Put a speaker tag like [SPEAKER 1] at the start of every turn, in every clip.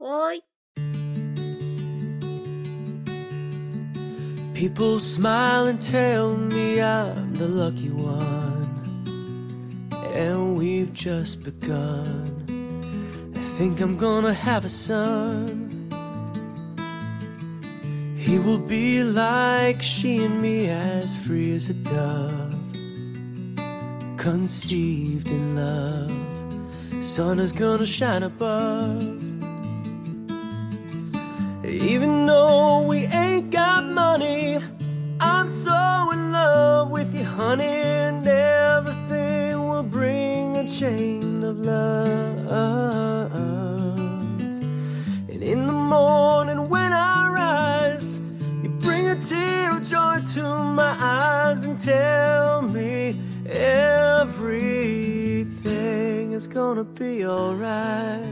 [SPEAKER 1] Oi.
[SPEAKER 2] People smile and tell me I'm the lucky one. And we've just begun. I think I'm gonna have a son. He will be like she and me, as free as a dove. Conceived in love, sun is gonna shine above. Even though we ain't got money, I'm so in love with you, honey, and everything will bring a chain of love. And in the morning when I rise, you bring a tear of joy to my eyes and tell me everything is gonna be alright.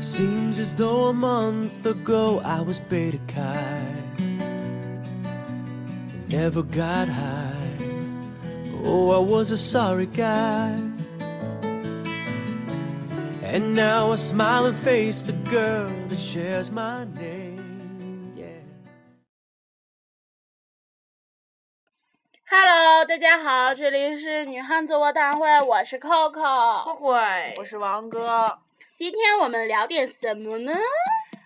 [SPEAKER 2] Seems as though a month ago I was beta kite. Never got high. Oh, I was a sorry guy. And now I smile and face the girl that shares my name. Yeah.
[SPEAKER 1] Hello，大家好，这里是女汉子卧谈会，我是
[SPEAKER 3] 慧
[SPEAKER 1] Coco，
[SPEAKER 3] 慧，我是王哥，
[SPEAKER 1] 今天我们聊点什么呢？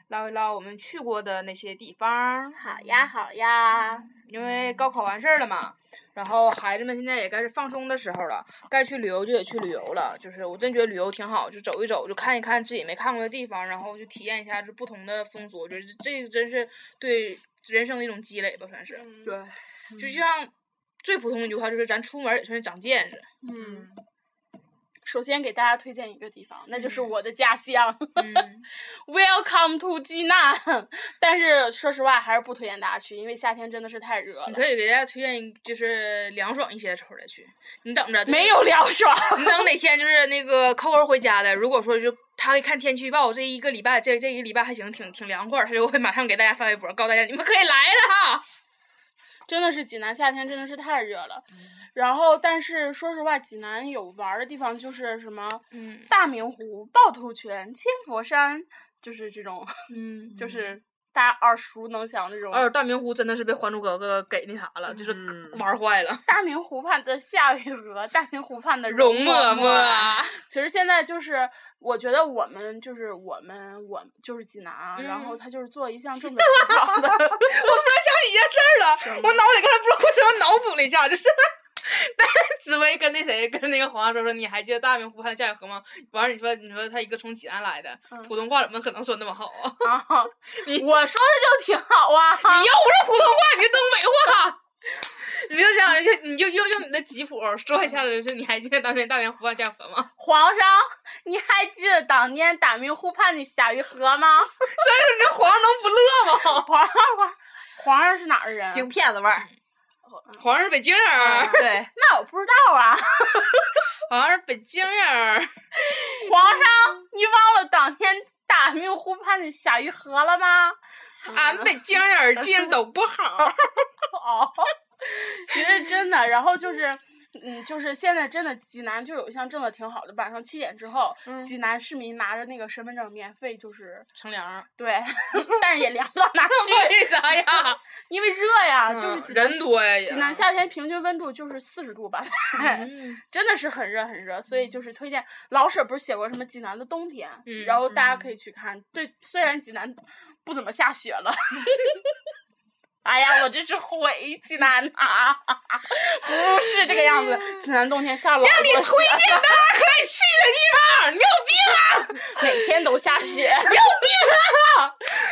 [SPEAKER 3] 唠一唠我们去过的那些地方。
[SPEAKER 1] 好呀，好呀，
[SPEAKER 3] 因为高考完事儿了嘛，然后孩子们现在也该是放松的时候了，该去旅游就得去旅游了。就是我真觉得旅游挺好，就走一走，就看一看自己没看过的地方，然后就体验一下这不同的风俗。我觉得这个真是对人生的一种积累吧，算是。
[SPEAKER 4] 对，
[SPEAKER 3] 就像最普通的一句话，就是咱出门也算是长见识。
[SPEAKER 4] 嗯。首先给大家推荐一个地方，那就是
[SPEAKER 3] 嗯
[SPEAKER 4] 我的家乡、
[SPEAKER 3] 嗯
[SPEAKER 4] w e l c o m e to 济南。 但是说实话，还是不推荐大家去，因为夏天真的是太热了
[SPEAKER 3] 你，可以给大家推荐一，就是凉爽一些的时候再去。你等着，就是
[SPEAKER 4] 没有凉爽。
[SPEAKER 3] 你等哪天就是那个扣儿回家的，如果说就他一看天气预报，这一个礼拜这这一个礼拜还行，挺挺凉快，他就会马上给大家发微博，告诉大家你们可以来了哈。
[SPEAKER 4] 真的是济南夏天真的是太热了。
[SPEAKER 3] 嗯
[SPEAKER 4] 然后，但是说实话，济南有玩儿的地方就是什么
[SPEAKER 3] 嗯
[SPEAKER 4] 大明湖、趵突泉、千佛山，就是这种，
[SPEAKER 3] 嗯
[SPEAKER 4] 就
[SPEAKER 3] 就是。
[SPEAKER 4] 是大家耳熟能详的这种。
[SPEAKER 3] 二大明湖真的是被《还珠格格》给那啥了，就是
[SPEAKER 2] 嗯
[SPEAKER 3] 玩坏了。
[SPEAKER 4] 大明湖畔的夏雨荷，大明湖畔的
[SPEAKER 3] 容
[SPEAKER 4] 嬷
[SPEAKER 3] 嬷嬷，
[SPEAKER 4] 其实现在就是，我觉得我们就是我们我就是济南啊，然
[SPEAKER 3] 嗯
[SPEAKER 4] 后他就是做一项政策提倡的，
[SPEAKER 3] 我突然想起一件事儿了，我脑里刚才不知道为什么脑补了一下，就是。但是紫薇跟那谁跟那个皇上说说，你还记得大明湖畔的夏雨荷吗？完了，你说你说他一个从济南来的，
[SPEAKER 4] 嗯
[SPEAKER 3] 普通话怎么可能说那么好啊？
[SPEAKER 4] 啊， 我说的就挺好啊。
[SPEAKER 3] 你又不是普通话，你是东北话， 你就这样，就你就用用你的吉普说一下，就是你还记得当年大明湖畔嘉禾吗？
[SPEAKER 4] 皇上，你还记得当年大明湖畔的夏雨荷吗？
[SPEAKER 3] 所以说你这皇上能不乐吗？
[SPEAKER 4] 皇上皇皇上是哪儿人？ 啊
[SPEAKER 5] 京片子味儿，嗯
[SPEAKER 3] 皇上是北京人儿，
[SPEAKER 5] 对，
[SPEAKER 4] 那我不知道啊。
[SPEAKER 3] 皇上是北京人儿，
[SPEAKER 4] 皇上，你忘了当年大明湖畔的夏雨荷了吗？
[SPEAKER 3] 俺北京人儿见都不好。
[SPEAKER 4] 哦， 其实真的，然后就是，嗯，就是现在真的济南就有一项政策挺好的，晚上七点之后，
[SPEAKER 3] 嗯
[SPEAKER 4] 济南市民拿着那个身份证免费就是
[SPEAKER 3] 乘凉儿，
[SPEAKER 4] 对， 但是也凉不到 哪儿去，
[SPEAKER 3] 为啥哎呀？
[SPEAKER 4] 因为热呀，就是
[SPEAKER 3] 嗯
[SPEAKER 4] 济南
[SPEAKER 3] 人多呀也。
[SPEAKER 4] 济南夏天平均温度就是四十度吧，
[SPEAKER 3] 嗯
[SPEAKER 4] 真的是很热很热，所以就是推荐老舍不是写过什么济南的冬天，
[SPEAKER 3] 嗯
[SPEAKER 4] 然后大家可以去看。对，虽然济南不怎么下雪 了，哎呀，我真是毁济南啊！不是这个样子，济南冬天下了让
[SPEAKER 3] 哎你推荐大家可以去的地方，你有病啊！
[SPEAKER 4] 每天都下 雪，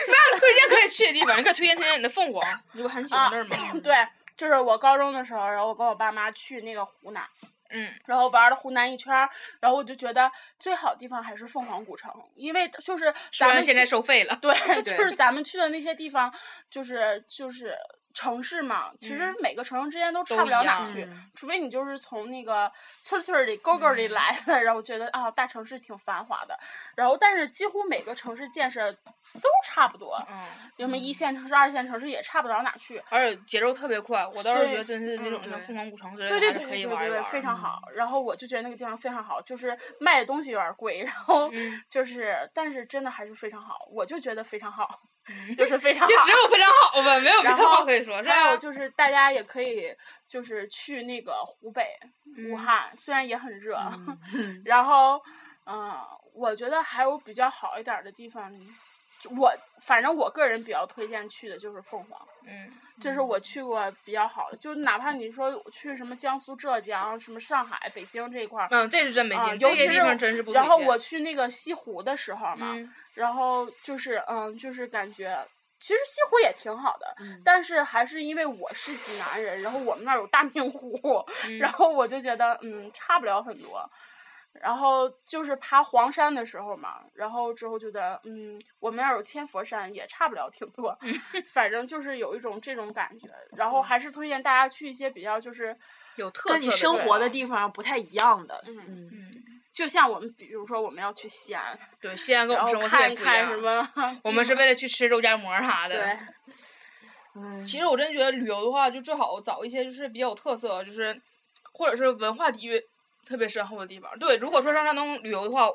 [SPEAKER 3] 那推荐可以去的地方，你可以推荐推荐你的凤凰，你不很喜欢那儿吗？
[SPEAKER 4] 对。就是我高中的时候，然后我跟我爸妈去那个湖南，
[SPEAKER 3] 嗯，
[SPEAKER 4] 然后玩了湖南一圈儿，然后我就觉得最好地方还是凤凰古城，因为就是
[SPEAKER 3] 虽
[SPEAKER 4] 咱
[SPEAKER 3] 然
[SPEAKER 4] 们
[SPEAKER 3] 现
[SPEAKER 4] 去
[SPEAKER 3] 在收费了。
[SPEAKER 4] 对，就
[SPEAKER 3] 对
[SPEAKER 4] 是咱们去的那些地方，就是就是城市嘛，其实
[SPEAKER 3] 嗯
[SPEAKER 4] 每个城市之间都差
[SPEAKER 3] 都
[SPEAKER 4] 不
[SPEAKER 3] 一
[SPEAKER 4] 了哪
[SPEAKER 3] 样
[SPEAKER 4] 去，
[SPEAKER 5] 嗯
[SPEAKER 4] 除非你就是从那个村儿村儿里、沟沟儿里
[SPEAKER 3] 嗯
[SPEAKER 4] 来的，然后觉得啊，大城市挺繁华的，然后但是几乎每个城市建设都差不多，
[SPEAKER 3] 嗯，
[SPEAKER 4] 什么一线城市、二线城市也差不了哪去。
[SPEAKER 3] 而且节奏特别快，我倒
[SPEAKER 4] 所以
[SPEAKER 3] 是觉得真是那
[SPEAKER 4] 嗯
[SPEAKER 3] 种像
[SPEAKER 4] 对
[SPEAKER 3] 凤凰古城之类
[SPEAKER 4] 对
[SPEAKER 3] 的，
[SPEAKER 4] 对
[SPEAKER 3] 还
[SPEAKER 4] 对
[SPEAKER 3] 是可
[SPEAKER 4] 对
[SPEAKER 3] 以
[SPEAKER 4] 对
[SPEAKER 3] 玩一
[SPEAKER 4] 对，
[SPEAKER 3] 玩，嗯
[SPEAKER 4] 非常好。然后我就觉得那个地方非常好，就是卖的东西有点贵，然后
[SPEAKER 3] 嗯
[SPEAKER 4] 就是，但是真的还是非常好，我就觉得非常好，
[SPEAKER 3] 嗯。
[SPEAKER 4] 就是非常好。
[SPEAKER 3] 就只有非常好吧，没有别
[SPEAKER 4] 然
[SPEAKER 3] 的话
[SPEAKER 4] 后
[SPEAKER 3] 可以说，是啊
[SPEAKER 4] 还
[SPEAKER 3] 吧
[SPEAKER 4] 有？就是大家也可以就是去那个湖北
[SPEAKER 3] 嗯
[SPEAKER 4] 武汉，虽然也很热，然后嗯、我觉得还有比较好一点儿的地方，就我反正我个人比较推荐去的就是凤凰。
[SPEAKER 3] 嗯，
[SPEAKER 4] 这是我去过比较好的，就哪怕你说去什么江苏、浙江、什么上海、北京这一块儿，
[SPEAKER 3] 嗯，这是真没
[SPEAKER 4] 啊
[SPEAKER 3] 劲，
[SPEAKER 4] 尤
[SPEAKER 3] 这
[SPEAKER 4] 其
[SPEAKER 3] 些
[SPEAKER 4] 是
[SPEAKER 3] 地方真是不
[SPEAKER 4] 然
[SPEAKER 3] 推
[SPEAKER 4] 后
[SPEAKER 3] 荐
[SPEAKER 4] 我去那个西湖的时候嘛，
[SPEAKER 3] 嗯
[SPEAKER 4] 然后就是嗯，就是感觉其实西湖也挺好的，
[SPEAKER 3] 嗯
[SPEAKER 4] 但是还是因为我是济南人，然后我们那儿有大明湖，
[SPEAKER 3] 嗯
[SPEAKER 4] 然后我就觉得嗯，差不了很多。然后就是爬黄山的时候嘛，然后之后觉得，嗯，我们那儿有千佛山，也差不了挺多，
[SPEAKER 3] 嗯
[SPEAKER 4] 反正就是有一种这种感觉。然后还是推荐大家去一些比较就是，
[SPEAKER 3] 有特色
[SPEAKER 5] 跟
[SPEAKER 3] 的
[SPEAKER 5] 你
[SPEAKER 3] 地
[SPEAKER 5] 生
[SPEAKER 3] 方
[SPEAKER 5] 活的地方不太一样的，
[SPEAKER 4] 嗯
[SPEAKER 5] 嗯，
[SPEAKER 3] 嗯，
[SPEAKER 4] 就像我们，比如说我们要去西安，
[SPEAKER 3] 对，西安跟我
[SPEAKER 4] 然
[SPEAKER 3] 们
[SPEAKER 4] 后
[SPEAKER 3] 生活
[SPEAKER 4] 看一
[SPEAKER 3] 特别不一
[SPEAKER 4] 看什
[SPEAKER 3] 样。
[SPEAKER 4] 么地
[SPEAKER 3] 我们是
[SPEAKER 4] 方
[SPEAKER 3] 为了去吃肉夹馍啥的。
[SPEAKER 4] 对，
[SPEAKER 5] 嗯
[SPEAKER 3] 其实我真觉得旅游的话，就最好找一些就是比较有特色，就是或者是文化底蕴特别深厚的地方。对，如果说上山东旅游的话，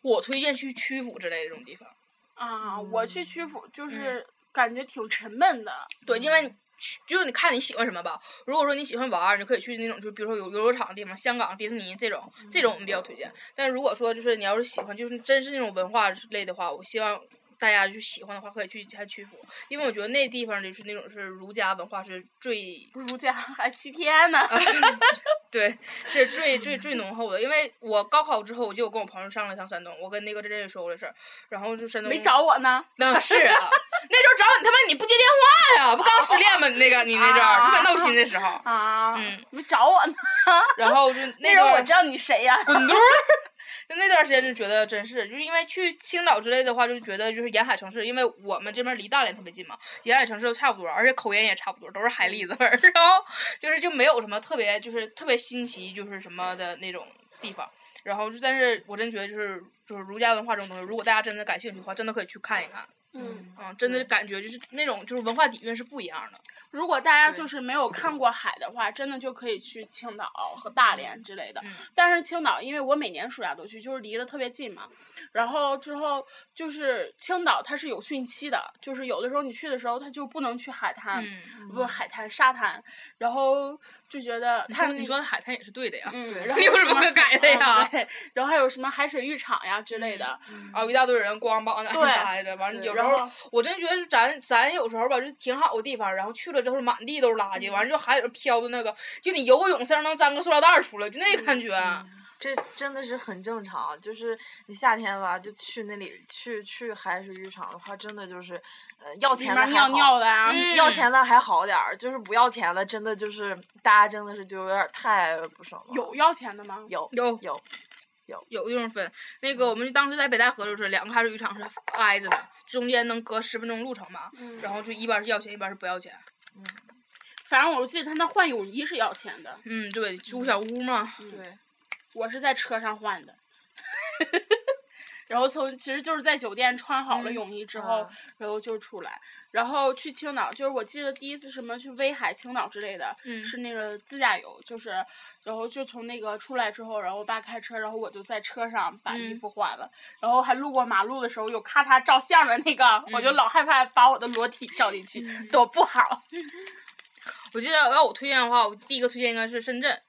[SPEAKER 3] 我推荐去曲阜之类的这种地方。
[SPEAKER 4] 啊，我
[SPEAKER 3] 嗯
[SPEAKER 4] 去曲阜就是感觉挺沉闷的，
[SPEAKER 3] 对，因为你去就是你看你喜欢什么吧。如果说你喜欢玩儿，你就可以去那种，就比如说有游乐场的地方，香港迪士尼这种，
[SPEAKER 4] 嗯
[SPEAKER 3] 这种我们比较推荐。但如果说就是你要是喜欢，就是真是那种文化类的话，我希望大家就喜欢的话，可以去看曲阜，因为我觉得那地方就是那种是儒家文化是最
[SPEAKER 4] 如家还七天呢。
[SPEAKER 3] 嗯对，是最最最浓厚的。因为我高考之后，我就跟我朋友上了趟山东，我跟那个真真也说过这事儿，然后就山东
[SPEAKER 4] 没找我呢，
[SPEAKER 3] 那是啊，那时候找你他妈你不接电话呀，不刚失恋吗？你那个你那阵儿特别闹心的时候，
[SPEAKER 4] 啊，
[SPEAKER 3] 嗯
[SPEAKER 4] 没找我呢。
[SPEAKER 3] 然后就 那
[SPEAKER 4] 时
[SPEAKER 3] 段
[SPEAKER 4] 候
[SPEAKER 3] 儿嗯
[SPEAKER 4] 我知道你谁 呀、
[SPEAKER 3] 滚犊儿。就那段时间就觉得真是，就是因为去青岛之类的话，就觉得就是沿海城市，因为我们这边离大连特别近嘛，沿海城市都差不多，而且口音也差不多，都是海蛎子味儿， 然后就是就没有什么特别就是特别新奇就是什么的那种地方。然后就但是我真觉得就是就是儒家文化这种东西，如果大家真的感兴趣的话，真的可以去看一看，
[SPEAKER 4] 嗯，
[SPEAKER 3] 嗯，真的感觉就是那种就是文化底蕴是不一样的。
[SPEAKER 4] 如果大家
[SPEAKER 3] 对
[SPEAKER 4] 就是没有看过海的话，真的就可以去青岛和大连之类的。
[SPEAKER 3] 嗯
[SPEAKER 4] 但是青岛，因为我每年暑假都去，就是离得特别近嘛。然后之后就是青岛，它是有汛期的，就是有的时候你去的时候，它就不能去海滩，
[SPEAKER 3] 嗯，
[SPEAKER 4] 不是海滩沙滩，然后就觉得
[SPEAKER 3] 你
[SPEAKER 4] 它
[SPEAKER 3] 说你说的海滩也是对的呀，
[SPEAKER 4] 嗯，然后
[SPEAKER 3] 你有什么可改的
[SPEAKER 4] 啊
[SPEAKER 3] 呀？
[SPEAKER 4] 对，然后还有什么海水浴场呀之类的，
[SPEAKER 3] 啊，一大堆人光膀子
[SPEAKER 4] 对
[SPEAKER 3] 挨着，完了
[SPEAKER 4] 对
[SPEAKER 3] 有时
[SPEAKER 4] 然
[SPEAKER 3] 候
[SPEAKER 4] 后
[SPEAKER 3] 我真觉得是咱咱有时候吧，就挺好的地方，然后去了之后满地都是垃圾，
[SPEAKER 4] 嗯
[SPEAKER 3] 完了就海里边飘的那个，就你游个泳身上能沾个塑料袋儿出来，就
[SPEAKER 4] 嗯
[SPEAKER 3] 那感觉。啊
[SPEAKER 5] 这真的是很正常，就是你夏天吧，就去那里去去海水浴场的话，真的就是，呃，要
[SPEAKER 4] 里
[SPEAKER 5] 钱的还
[SPEAKER 4] 面尿
[SPEAKER 5] 好
[SPEAKER 4] 尿的啊，
[SPEAKER 3] 嗯
[SPEAKER 5] 要钱的还好点儿，就是不要钱的，真的就是大家真的是就有点儿太不爽了。
[SPEAKER 4] 有要钱的吗？
[SPEAKER 5] 有
[SPEAKER 3] 有
[SPEAKER 5] 有，
[SPEAKER 3] 有地方分，
[SPEAKER 4] 嗯
[SPEAKER 3] 那个我们当时在北戴河就是两个海水浴场是挨着的，中间能隔十分钟路程吧，
[SPEAKER 4] 嗯
[SPEAKER 3] 然后就一边是要钱，一边是不要钱。
[SPEAKER 4] 反正我记得他那换泳衣是要钱的，
[SPEAKER 3] 嗯，对，租小屋嘛，
[SPEAKER 4] 嗯
[SPEAKER 5] 对，
[SPEAKER 4] 我是在车上换 的。然后从其实就是在酒店穿好了
[SPEAKER 3] 嗯
[SPEAKER 4] 泳衣之后，
[SPEAKER 5] 啊
[SPEAKER 4] 然后就出来，然后去青岛，就是我记得第一次什么去威海、青岛之类的，
[SPEAKER 3] 嗯
[SPEAKER 4] 是那个自驾游，就是然后就从那个出来之后，然后我爸开车，然后我就在车上把衣
[SPEAKER 3] 嗯
[SPEAKER 4] 服换了，然后还路过马路的时候有咔嚓照相的那个，
[SPEAKER 3] 嗯
[SPEAKER 4] 我就老害怕把我的裸体照进去，多不好。
[SPEAKER 3] 我记得要我推荐的话，我第一个推荐应该是深圳。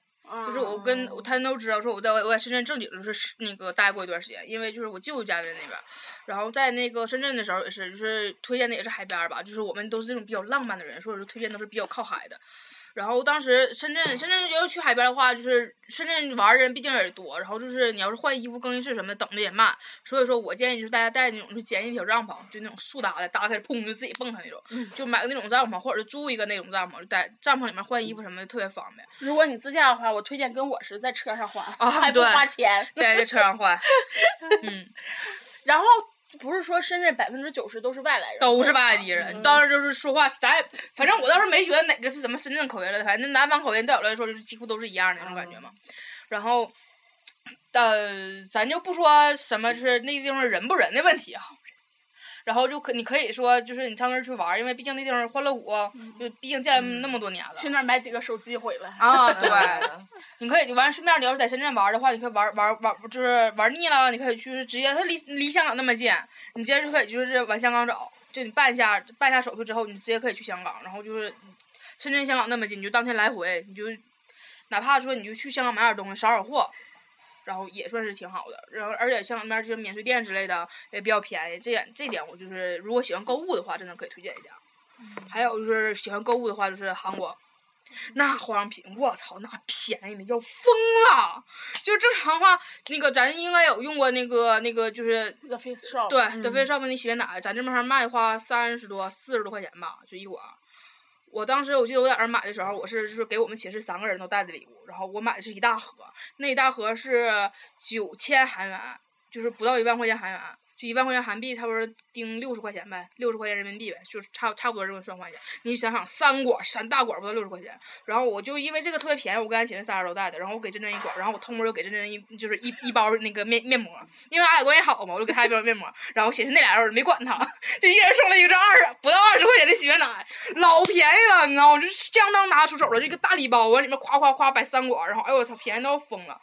[SPEAKER 3] 就是我跟
[SPEAKER 5] 嗯
[SPEAKER 3] 他们都知道，说我在我在深圳正经就是那个待过一段时间，因为就是我舅舅家在那边儿，然后在那个深圳的时候也是，就是推荐的也是海边儿吧，就是我们都是这种比较浪漫的人，所以说推荐都是比较靠海的。然后当时深圳，深圳要去海边儿的话，就是深圳玩儿的人毕竟也多，然后就是你要是换衣服、更衣室什么的，等的也慢，所以说我建议就是大家带那种就简易条帐篷，就那种速搭的，搭开砰就自己蹦它那种，就买个那种帐篷，或者是租一个那种帐篷，就在帐篷里面换衣服什么的特别方便。
[SPEAKER 4] 如果你自驾的话，我推荐跟我是在车上换，
[SPEAKER 3] 啊
[SPEAKER 4] 还不
[SPEAKER 3] 对
[SPEAKER 4] 花钱。
[SPEAKER 3] 待在车上换。嗯，
[SPEAKER 4] 然后
[SPEAKER 1] 不是说深圳百分之九十都是外来人，
[SPEAKER 3] 都是外
[SPEAKER 4] 啊
[SPEAKER 3] 地人，当时就是说话，咱也反正我倒是没觉得哪个是什么深圳口音了，反正南方口音对我来说就是几乎都是一样的那种感觉嘛。然后，呃，咱就不说什么就是那地方人不人的问题啊。然后就可你可以说，就是你上那儿去玩儿，因为毕竟那地方欢乐谷，就毕竟建了那么多年了。
[SPEAKER 4] 去那儿买几个手机回来。
[SPEAKER 3] 啊，对， 你可以完顺便，你要是在深圳玩儿的话，你可以玩儿玩儿玩儿，就是玩儿腻了，你可以去直接，它离离香港那么近，你直接就可以就是往香港找，就你办一下办一下手续之后，你直接可以去香港，然后就是深圳香港那么近，你就当天来回，你就哪怕说你就去香港买点东西扫扫货。然后也算是挺好的，然后而且香港那边就是免税店之类的也比较便宜，这点这点我就是如果喜欢购物的话，真的可以推荐一下。还有就是喜欢购物的话，就是韩国，那化妆品，我操，那便宜的要疯了！就是正常的话，那个咱应该有用过那个那个，就是
[SPEAKER 4] The Face Shop，
[SPEAKER 3] 对德菲少芬的洗面奶，咱这边儿卖的话三十多、四十多块钱吧，就一管儿。我当时我记得我在那儿买的时候，我是就是给我们寝室三个人都带的礼物，然后我买的是一大盒，那一大盒是九千韩元，就是不到一万块钱韩元，就一万块钱韩币，差不多顶六十块钱呗，六十块钱人民币呗，就是差差不多这么算块钱。你想想，三管三大管不到六十块钱，然后我就因为这个特别便宜，我跟俺寝室仨人都带的，然后我给珍珍一管，然后我偷摸又给珍珍一就是一一包那个面面膜，因为俺俩关系好嘛，我就给她一包面膜，然后寝室那俩人我没管她， 就一人送了一个这二十不到二十块钱的洗面奶，老便宜了，你知道吗？就是相当拿得出手了，这个大礼包啊往里面夸夸夸摆三管，然后哎呦我操，便宜到要疯了。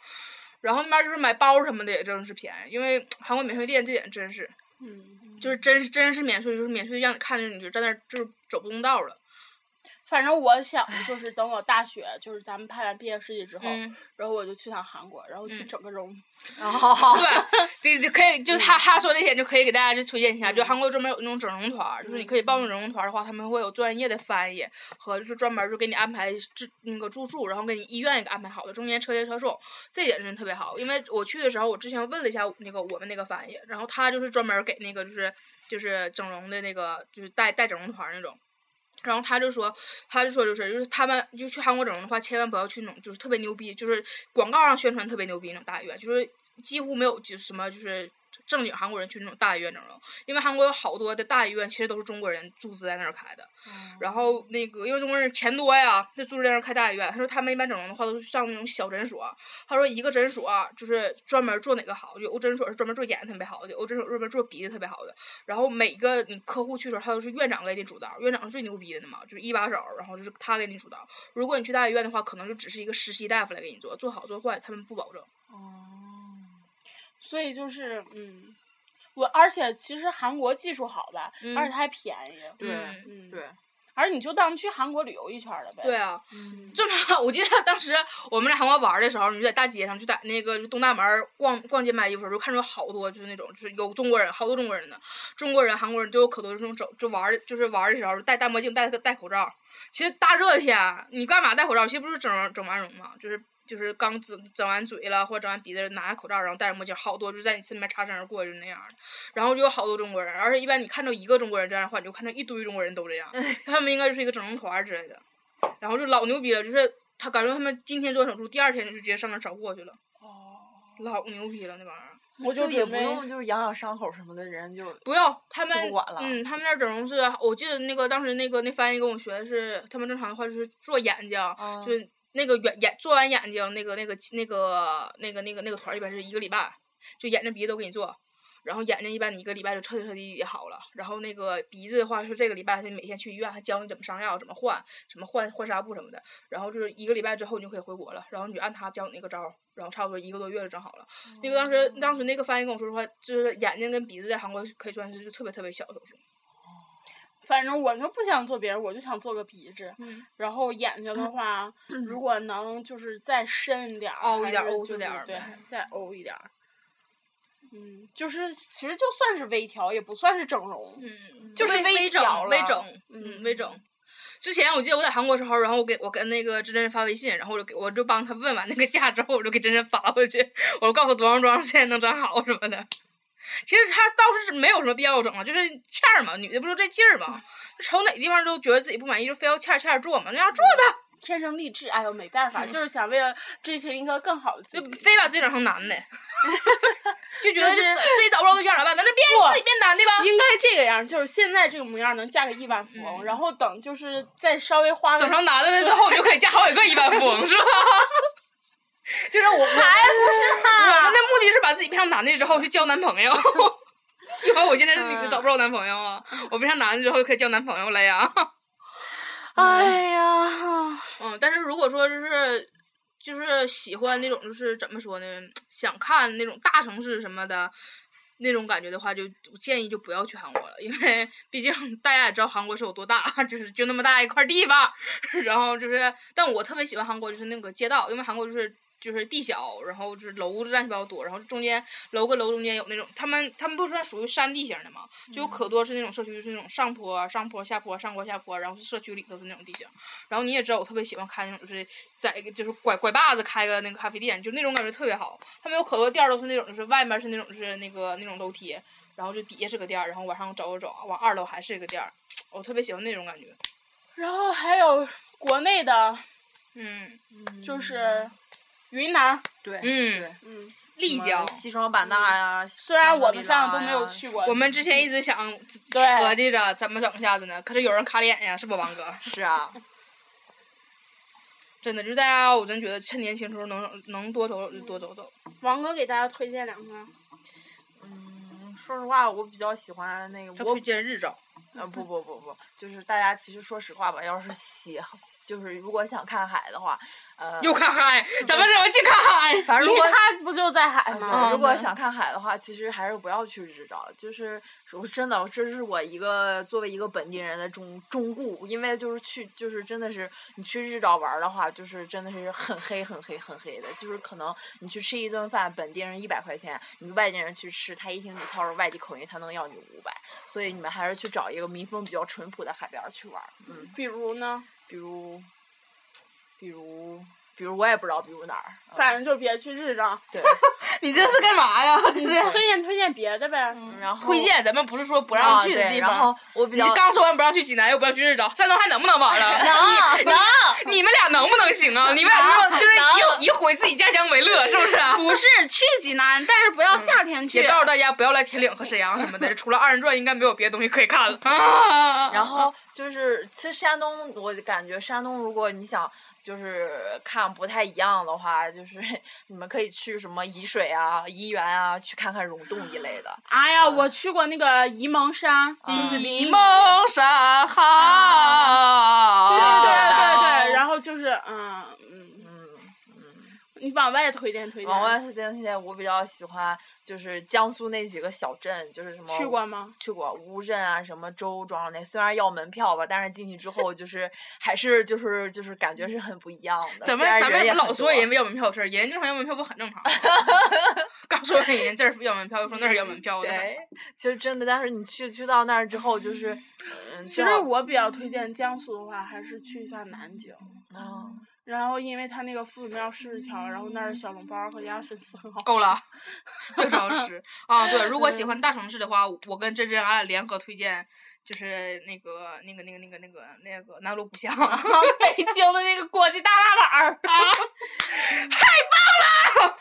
[SPEAKER 3] 然后那边就是买包什么的也真是便宜，因为韩国免税店这点真是，
[SPEAKER 4] 嗯，
[SPEAKER 3] 就是真是真是免税，就是免税让你看着你就站那儿就是走不动道了。
[SPEAKER 4] 反正我想的就是等我大学，就是咱们拍完毕业设计之后，
[SPEAKER 3] 嗯，
[SPEAKER 4] 然后我就去趟韩国，然后去
[SPEAKER 3] 嗯
[SPEAKER 4] 整个容。
[SPEAKER 3] 对，就就可以，就他他说这些就可以给大家就推荐一下，就韩国专门有那种整容团儿，就是你可以报那种整容团儿的话，他们会有专业的翻译和就是专门就给你安排住那个住宿，然后给你医院也给安排好的，中间车接车送，这点真的特别好。因为我去的时候，我之前问了一下我那个我们那个翻译，然后他就是专门给那个就是就是整容的那个就是带带整容团儿那种。然后他就说，他就说就是就是他们就去韩国整容的话，千万不要去那种就是特别牛逼，就是广告上宣传特别牛逼那种大医院，就是几乎没有就什么就是正经韩国人去那种大医院整容，因为韩国有好多的大医院其实都是中国人注资在那儿开的，然后那个因为中国人钱多呀，就注资在那儿开大医院。他说他们一般整容的话都是上那种小诊所，他说一个诊所就是专门做哪个好，有的诊所是专门做眼睛特别好的，有的诊所专门做鼻子特别好的。然后每个你客户去的时候，他都是院长给你主导，院长是最牛逼的嘛，就是一把手，然后就是他给你主导。如果你去大医院的话，可能就只是一个实习大夫来给你做，做好做坏他们不保证。
[SPEAKER 4] 所以就是嗯，我而且其实韩国技术好吧，
[SPEAKER 3] 嗯
[SPEAKER 4] 而且它还便宜，
[SPEAKER 5] 对
[SPEAKER 3] 嗯
[SPEAKER 4] 嗯，
[SPEAKER 5] 对，
[SPEAKER 4] 而你就当去韩国旅游一圈儿了呗，
[SPEAKER 3] 对，啊，这么我记得当时我们在韩国玩儿的时候，你就在大街上，就在那个就东大门儿逛逛街买衣服的时候，就看着好多就是那种就是有中国人，好多中国人呢，中国人、韩国人都有可多这种走就玩儿就是玩儿的时候戴戴墨镜、戴个戴口罩。其实大热天你干嘛戴口罩？其实不是整容整完容嘛，就是。就是刚整整完嘴了，或者整完鼻子，拿下口罩，然后戴着墨镜，好多就在你身边擦身而过，就那样的。然后就有好多中国人，而且一般你看到一个中国人这样的话，你就看到一堆中国人都这样。他们应该就是一个整容团儿之类的。然后就老牛逼了，就是他感觉他们今天做手术，第二天就直接上那儿找货去了。哦，老牛逼了那帮人儿，
[SPEAKER 4] 我
[SPEAKER 5] 就
[SPEAKER 4] 就
[SPEAKER 5] 也
[SPEAKER 4] 准
[SPEAKER 5] 不
[SPEAKER 4] 备
[SPEAKER 5] 用就是养养伤口什么的，人就
[SPEAKER 3] 不要他们
[SPEAKER 5] 就不管了
[SPEAKER 3] 嗯，他们那儿整容是，我记得那个当时那个那翻译跟我学的是，他们正常的话就是做眼睛，
[SPEAKER 5] 嗯
[SPEAKER 3] 就是那个眼眼做完眼睛那个那个那个那个那个那个团儿一般是一个礼拜，就眼睛鼻子都给你做。然后眼睛一般你一个礼拜就彻底彻底底好了，然后那个鼻子的话是这个礼拜他每天去医院还教你怎么上药、怎么换、什么换换纱布什么的，然后就是一个礼拜之后你就可以回国了，然后你就按他教你那个招儿，然后差不多一个多月就整好了。那个当时当时那个翻译跟我说的话，就是眼睛跟鼻子在韩国可以算是就特别特别小的手术。
[SPEAKER 4] 反正我就不想做别人，我就想做个鼻子，
[SPEAKER 3] 嗯
[SPEAKER 4] 然后眼睛的话， 如果能就是再深点儿，
[SPEAKER 3] 凹一
[SPEAKER 4] 还
[SPEAKER 3] 点儿
[SPEAKER 4] 是
[SPEAKER 3] 凹
[SPEAKER 4] 就
[SPEAKER 3] 死
[SPEAKER 4] 是
[SPEAKER 3] 点儿
[SPEAKER 4] 对
[SPEAKER 3] 呗，
[SPEAKER 4] 再凹一点儿。嗯，就是其实就算是微调，也不算是整容。
[SPEAKER 3] 嗯，
[SPEAKER 4] 就是微
[SPEAKER 3] 微整
[SPEAKER 4] 调
[SPEAKER 3] 微
[SPEAKER 4] 了
[SPEAKER 3] 整，嗯，微整。之前我记得我在韩国时候，然后我给我跟那个真真发微信，然后我就给我就帮他问完那个价之后，我就给真真发过去，我就告诉他多长多长时间能整好什么的。其实他倒是没有什么必要整了，就是欠儿嘛，女的不就这劲儿嘛，瞅哪地方都觉得自己不满意，就非要欠儿欠儿做嘛，那样做呗。
[SPEAKER 4] 天生丽质，哎呦没办 法，就是想为了追求一个更好的自
[SPEAKER 3] 就
[SPEAKER 4] 己。
[SPEAKER 3] 非把自己整成男的， 就觉得
[SPEAKER 4] 就
[SPEAKER 3] 就是自自己找不着对象咋办？咱就变
[SPEAKER 4] 不
[SPEAKER 3] 自己变男的吧。
[SPEAKER 4] 应该这个样，就是现在这个模样能嫁个亿万富
[SPEAKER 3] 嗯
[SPEAKER 4] 翁，然后等就是再稍微花个
[SPEAKER 3] 整成男的了之后，你就可以嫁好几个亿万富翁，是吧？就是我才不是啊我们的目的是把自己变成男的之后去交男朋 友。然后我现在是女的，找不着男朋友啊！我变成男的之后可以交男朋友了呀。
[SPEAKER 4] 哎呀，
[SPEAKER 3] 嗯，但是如果说就是就是喜欢那种就是怎么说呢，想看那种大城市什么的那种感觉的话，就我建议就不要去韩国了，因为毕竟大家也知道韩国是有多大，就是就那么大一块地方。然后就是，但我特别喜欢韩国就是那个街道，因为韩国就是。就是地小，然后就是楼乱七八糟多，然后中间楼跟楼中间有那种，他们他们不是属于山地型的嘛，就有可多是那种社区，就是那种上坡、啊上坡、下坡、上坡、下坡，然后是社区里头是那种地形。然后你也知道，我特别喜欢开那种，就是在一个就是拐拐把子开个那个咖啡店，就那种感觉特别好。他们有可多店儿都是那种，就是外面是那种就是那个那种楼梯，然后就底下是个店儿，然后往上走走走，往二楼还是一个店儿，我特别喜欢那种感觉。
[SPEAKER 4] 然后还有国内的，
[SPEAKER 3] 嗯
[SPEAKER 4] 就是云南，
[SPEAKER 5] 对，
[SPEAKER 3] 嗯，
[SPEAKER 4] 嗯，
[SPEAKER 3] 立交。
[SPEAKER 5] 西双版纳呀，
[SPEAKER 4] 虽然我们
[SPEAKER 5] 香格里
[SPEAKER 4] 三
[SPEAKER 5] 拉
[SPEAKER 4] 个都没有
[SPEAKER 5] 呀
[SPEAKER 4] 去过，
[SPEAKER 3] 我们之前一直想
[SPEAKER 4] 对
[SPEAKER 3] 合计着怎么整一下子呢，可是有人卡脸呀，是不，王哥？
[SPEAKER 5] 是啊，
[SPEAKER 3] 真的，就是大家，我真觉得趁年轻时候能能多走走就多走走。
[SPEAKER 4] 王哥给大家推荐两个，
[SPEAKER 5] 嗯，说实话，我比较喜欢那个
[SPEAKER 3] 他
[SPEAKER 5] 我
[SPEAKER 3] 推荐日照，
[SPEAKER 5] 呃，不不不不，就是大家其实说实话吧，要是喜就是如果想看海的话，呃，
[SPEAKER 3] 又看海，咱们怎么净看 海？
[SPEAKER 5] 反正如
[SPEAKER 4] 因
[SPEAKER 5] 果
[SPEAKER 4] 为他不就在海
[SPEAKER 3] 哦
[SPEAKER 5] 呃对
[SPEAKER 4] 吗？
[SPEAKER 5] 如果想看海的话，其实还是不要去日照。就是我真的，这是我一个作为一个本地人的忠忠固，因为就是去，就是真的是你去日照玩儿的话，就是真的是很黑、很黑、很黑的。就是可能你去吃一顿饭，本地人一百块钱，你外地人去吃，他一听你操着外地口音，他能要你五百。所以你们还是去找一个民风比较淳朴的海边儿去玩儿。嗯，
[SPEAKER 4] 比如呢，
[SPEAKER 5] 比如，比如，比如我也不知道，比如哪儿。嗯
[SPEAKER 4] 反正就别去日照，
[SPEAKER 5] 对，
[SPEAKER 3] 你这是干嘛呀？
[SPEAKER 5] 嗯
[SPEAKER 3] 这 是
[SPEAKER 4] 推荐推荐别的呗。
[SPEAKER 5] 然后
[SPEAKER 3] 推。荐，咱们不是说不
[SPEAKER 5] 不
[SPEAKER 3] 让去的地
[SPEAKER 5] 哦然
[SPEAKER 3] 方。
[SPEAKER 5] 后我比
[SPEAKER 3] 你
[SPEAKER 5] 较
[SPEAKER 3] 刚说完不让去济南，又不让去日照，山东还能不能玩了？能能，你们俩能不能行啊？你们俩就是就是以以毁自己家乡为乐，是不是啊？
[SPEAKER 4] 不是去济南，但是不
[SPEAKER 5] 嗯
[SPEAKER 4] 要夏天去。
[SPEAKER 3] 也告诉大家不要来铁岭和沈阳什么的，除了二人转，应该没有别的东西可以看了。啊
[SPEAKER 5] 然后就是，其实山东，我感觉山东，如果你想就是看不太一样的话，就是你们可以去什么沂水啊、沂源啊，去看看溶洞一类的。
[SPEAKER 4] 哎
[SPEAKER 5] 嗯
[SPEAKER 4] 呀，我去过那个沂蒙山，
[SPEAKER 5] 哦
[SPEAKER 4] 就是
[SPEAKER 3] 沂蒙山好，
[SPEAKER 5] 啊
[SPEAKER 4] 对对对对，
[SPEAKER 3] 后
[SPEAKER 4] 然后就是嗯嗯，
[SPEAKER 5] 哦嗯，
[SPEAKER 4] 你往外推荐推荐。
[SPEAKER 5] 啊往外推荐推荐，我比较喜欢就是江苏那几个小镇，就是什么
[SPEAKER 4] 去过吗？
[SPEAKER 5] 去过乌镇啊，什么周庄那，虽然要门票吧，但是进去之后就是还是就是就是感觉是很不一样的。
[SPEAKER 3] 咱
[SPEAKER 5] 虽
[SPEAKER 3] 们
[SPEAKER 5] 然
[SPEAKER 3] 咱
[SPEAKER 5] 人
[SPEAKER 3] 们
[SPEAKER 5] 也
[SPEAKER 3] 老
[SPEAKER 5] 很
[SPEAKER 3] 说
[SPEAKER 5] 多
[SPEAKER 3] 人要门票的事儿，人正常要门票不很正 常吗？刚说完人这儿要门票，又说那儿要门票的。
[SPEAKER 5] 对，其实真的，但是你去去到那儿之后，就是，嗯，
[SPEAKER 4] 其
[SPEAKER 5] 最
[SPEAKER 4] 实
[SPEAKER 5] 好
[SPEAKER 4] 我比较推荐江苏的话，还是去一下南京。
[SPEAKER 5] 啊，
[SPEAKER 4] 然后，因为它那个夫子庙市桥，然后那儿小笼包和鸭血丝很好。
[SPEAKER 3] 够了， 就知 道吃啊！对，如果喜
[SPEAKER 4] 嗯
[SPEAKER 3] 欢大城市的话，我跟珍珍俺俩联合推荐，就是那个那个那个那个那个那个南锣 鼓巷，太棒
[SPEAKER 4] 北京的那个国际大拉板儿，
[SPEAKER 3] 了！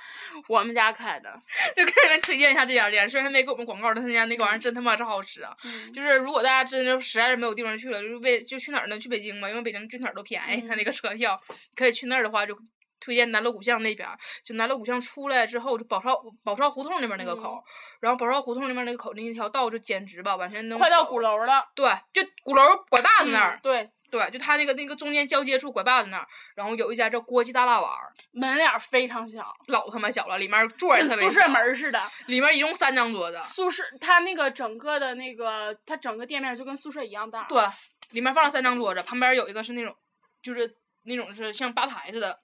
[SPEAKER 4] 我们家开的。
[SPEAKER 3] 就给你们推荐一下这家店，虽然没给我们广告，但是家那个玩意儿真他妈是好吃啊！
[SPEAKER 4] 嗯
[SPEAKER 3] 就是如果大家真的实在是没有地方去了，就是为就去哪儿呢？去北京吧，因为北京去哪儿都便宜，它那
[SPEAKER 4] 嗯
[SPEAKER 3] 个车票可以去那儿的话就。推荐南锣鼓巷那边儿，就南锣鼓巷出来之后，就宝钞宝钞胡同那边那个
[SPEAKER 4] 嗯
[SPEAKER 3] 口儿，然后宝钞胡同那边那个口那一条道就简直吧，完全能
[SPEAKER 4] 快到
[SPEAKER 3] 走
[SPEAKER 4] 鼓楼了，嗯
[SPEAKER 3] 对，就鼓楼拐把子那儿，
[SPEAKER 4] 对，
[SPEAKER 3] 对，就他那个那个中间交接处拐把子那儿，然后有一家叫郭记大辣碗儿，
[SPEAKER 4] 门脸儿非常小，
[SPEAKER 3] 老他妈小了，里面座儿也
[SPEAKER 4] 跟
[SPEAKER 3] 特别
[SPEAKER 4] 宿
[SPEAKER 3] 小
[SPEAKER 4] 舍门儿似的。
[SPEAKER 3] 里面一共三张桌子，
[SPEAKER 4] 宿舍它那个整个的那个，它整个店面就跟宿舍一样大。
[SPEAKER 3] 对，里面放了三张桌子，旁边有一个是那种，就是那种是像吧台似的，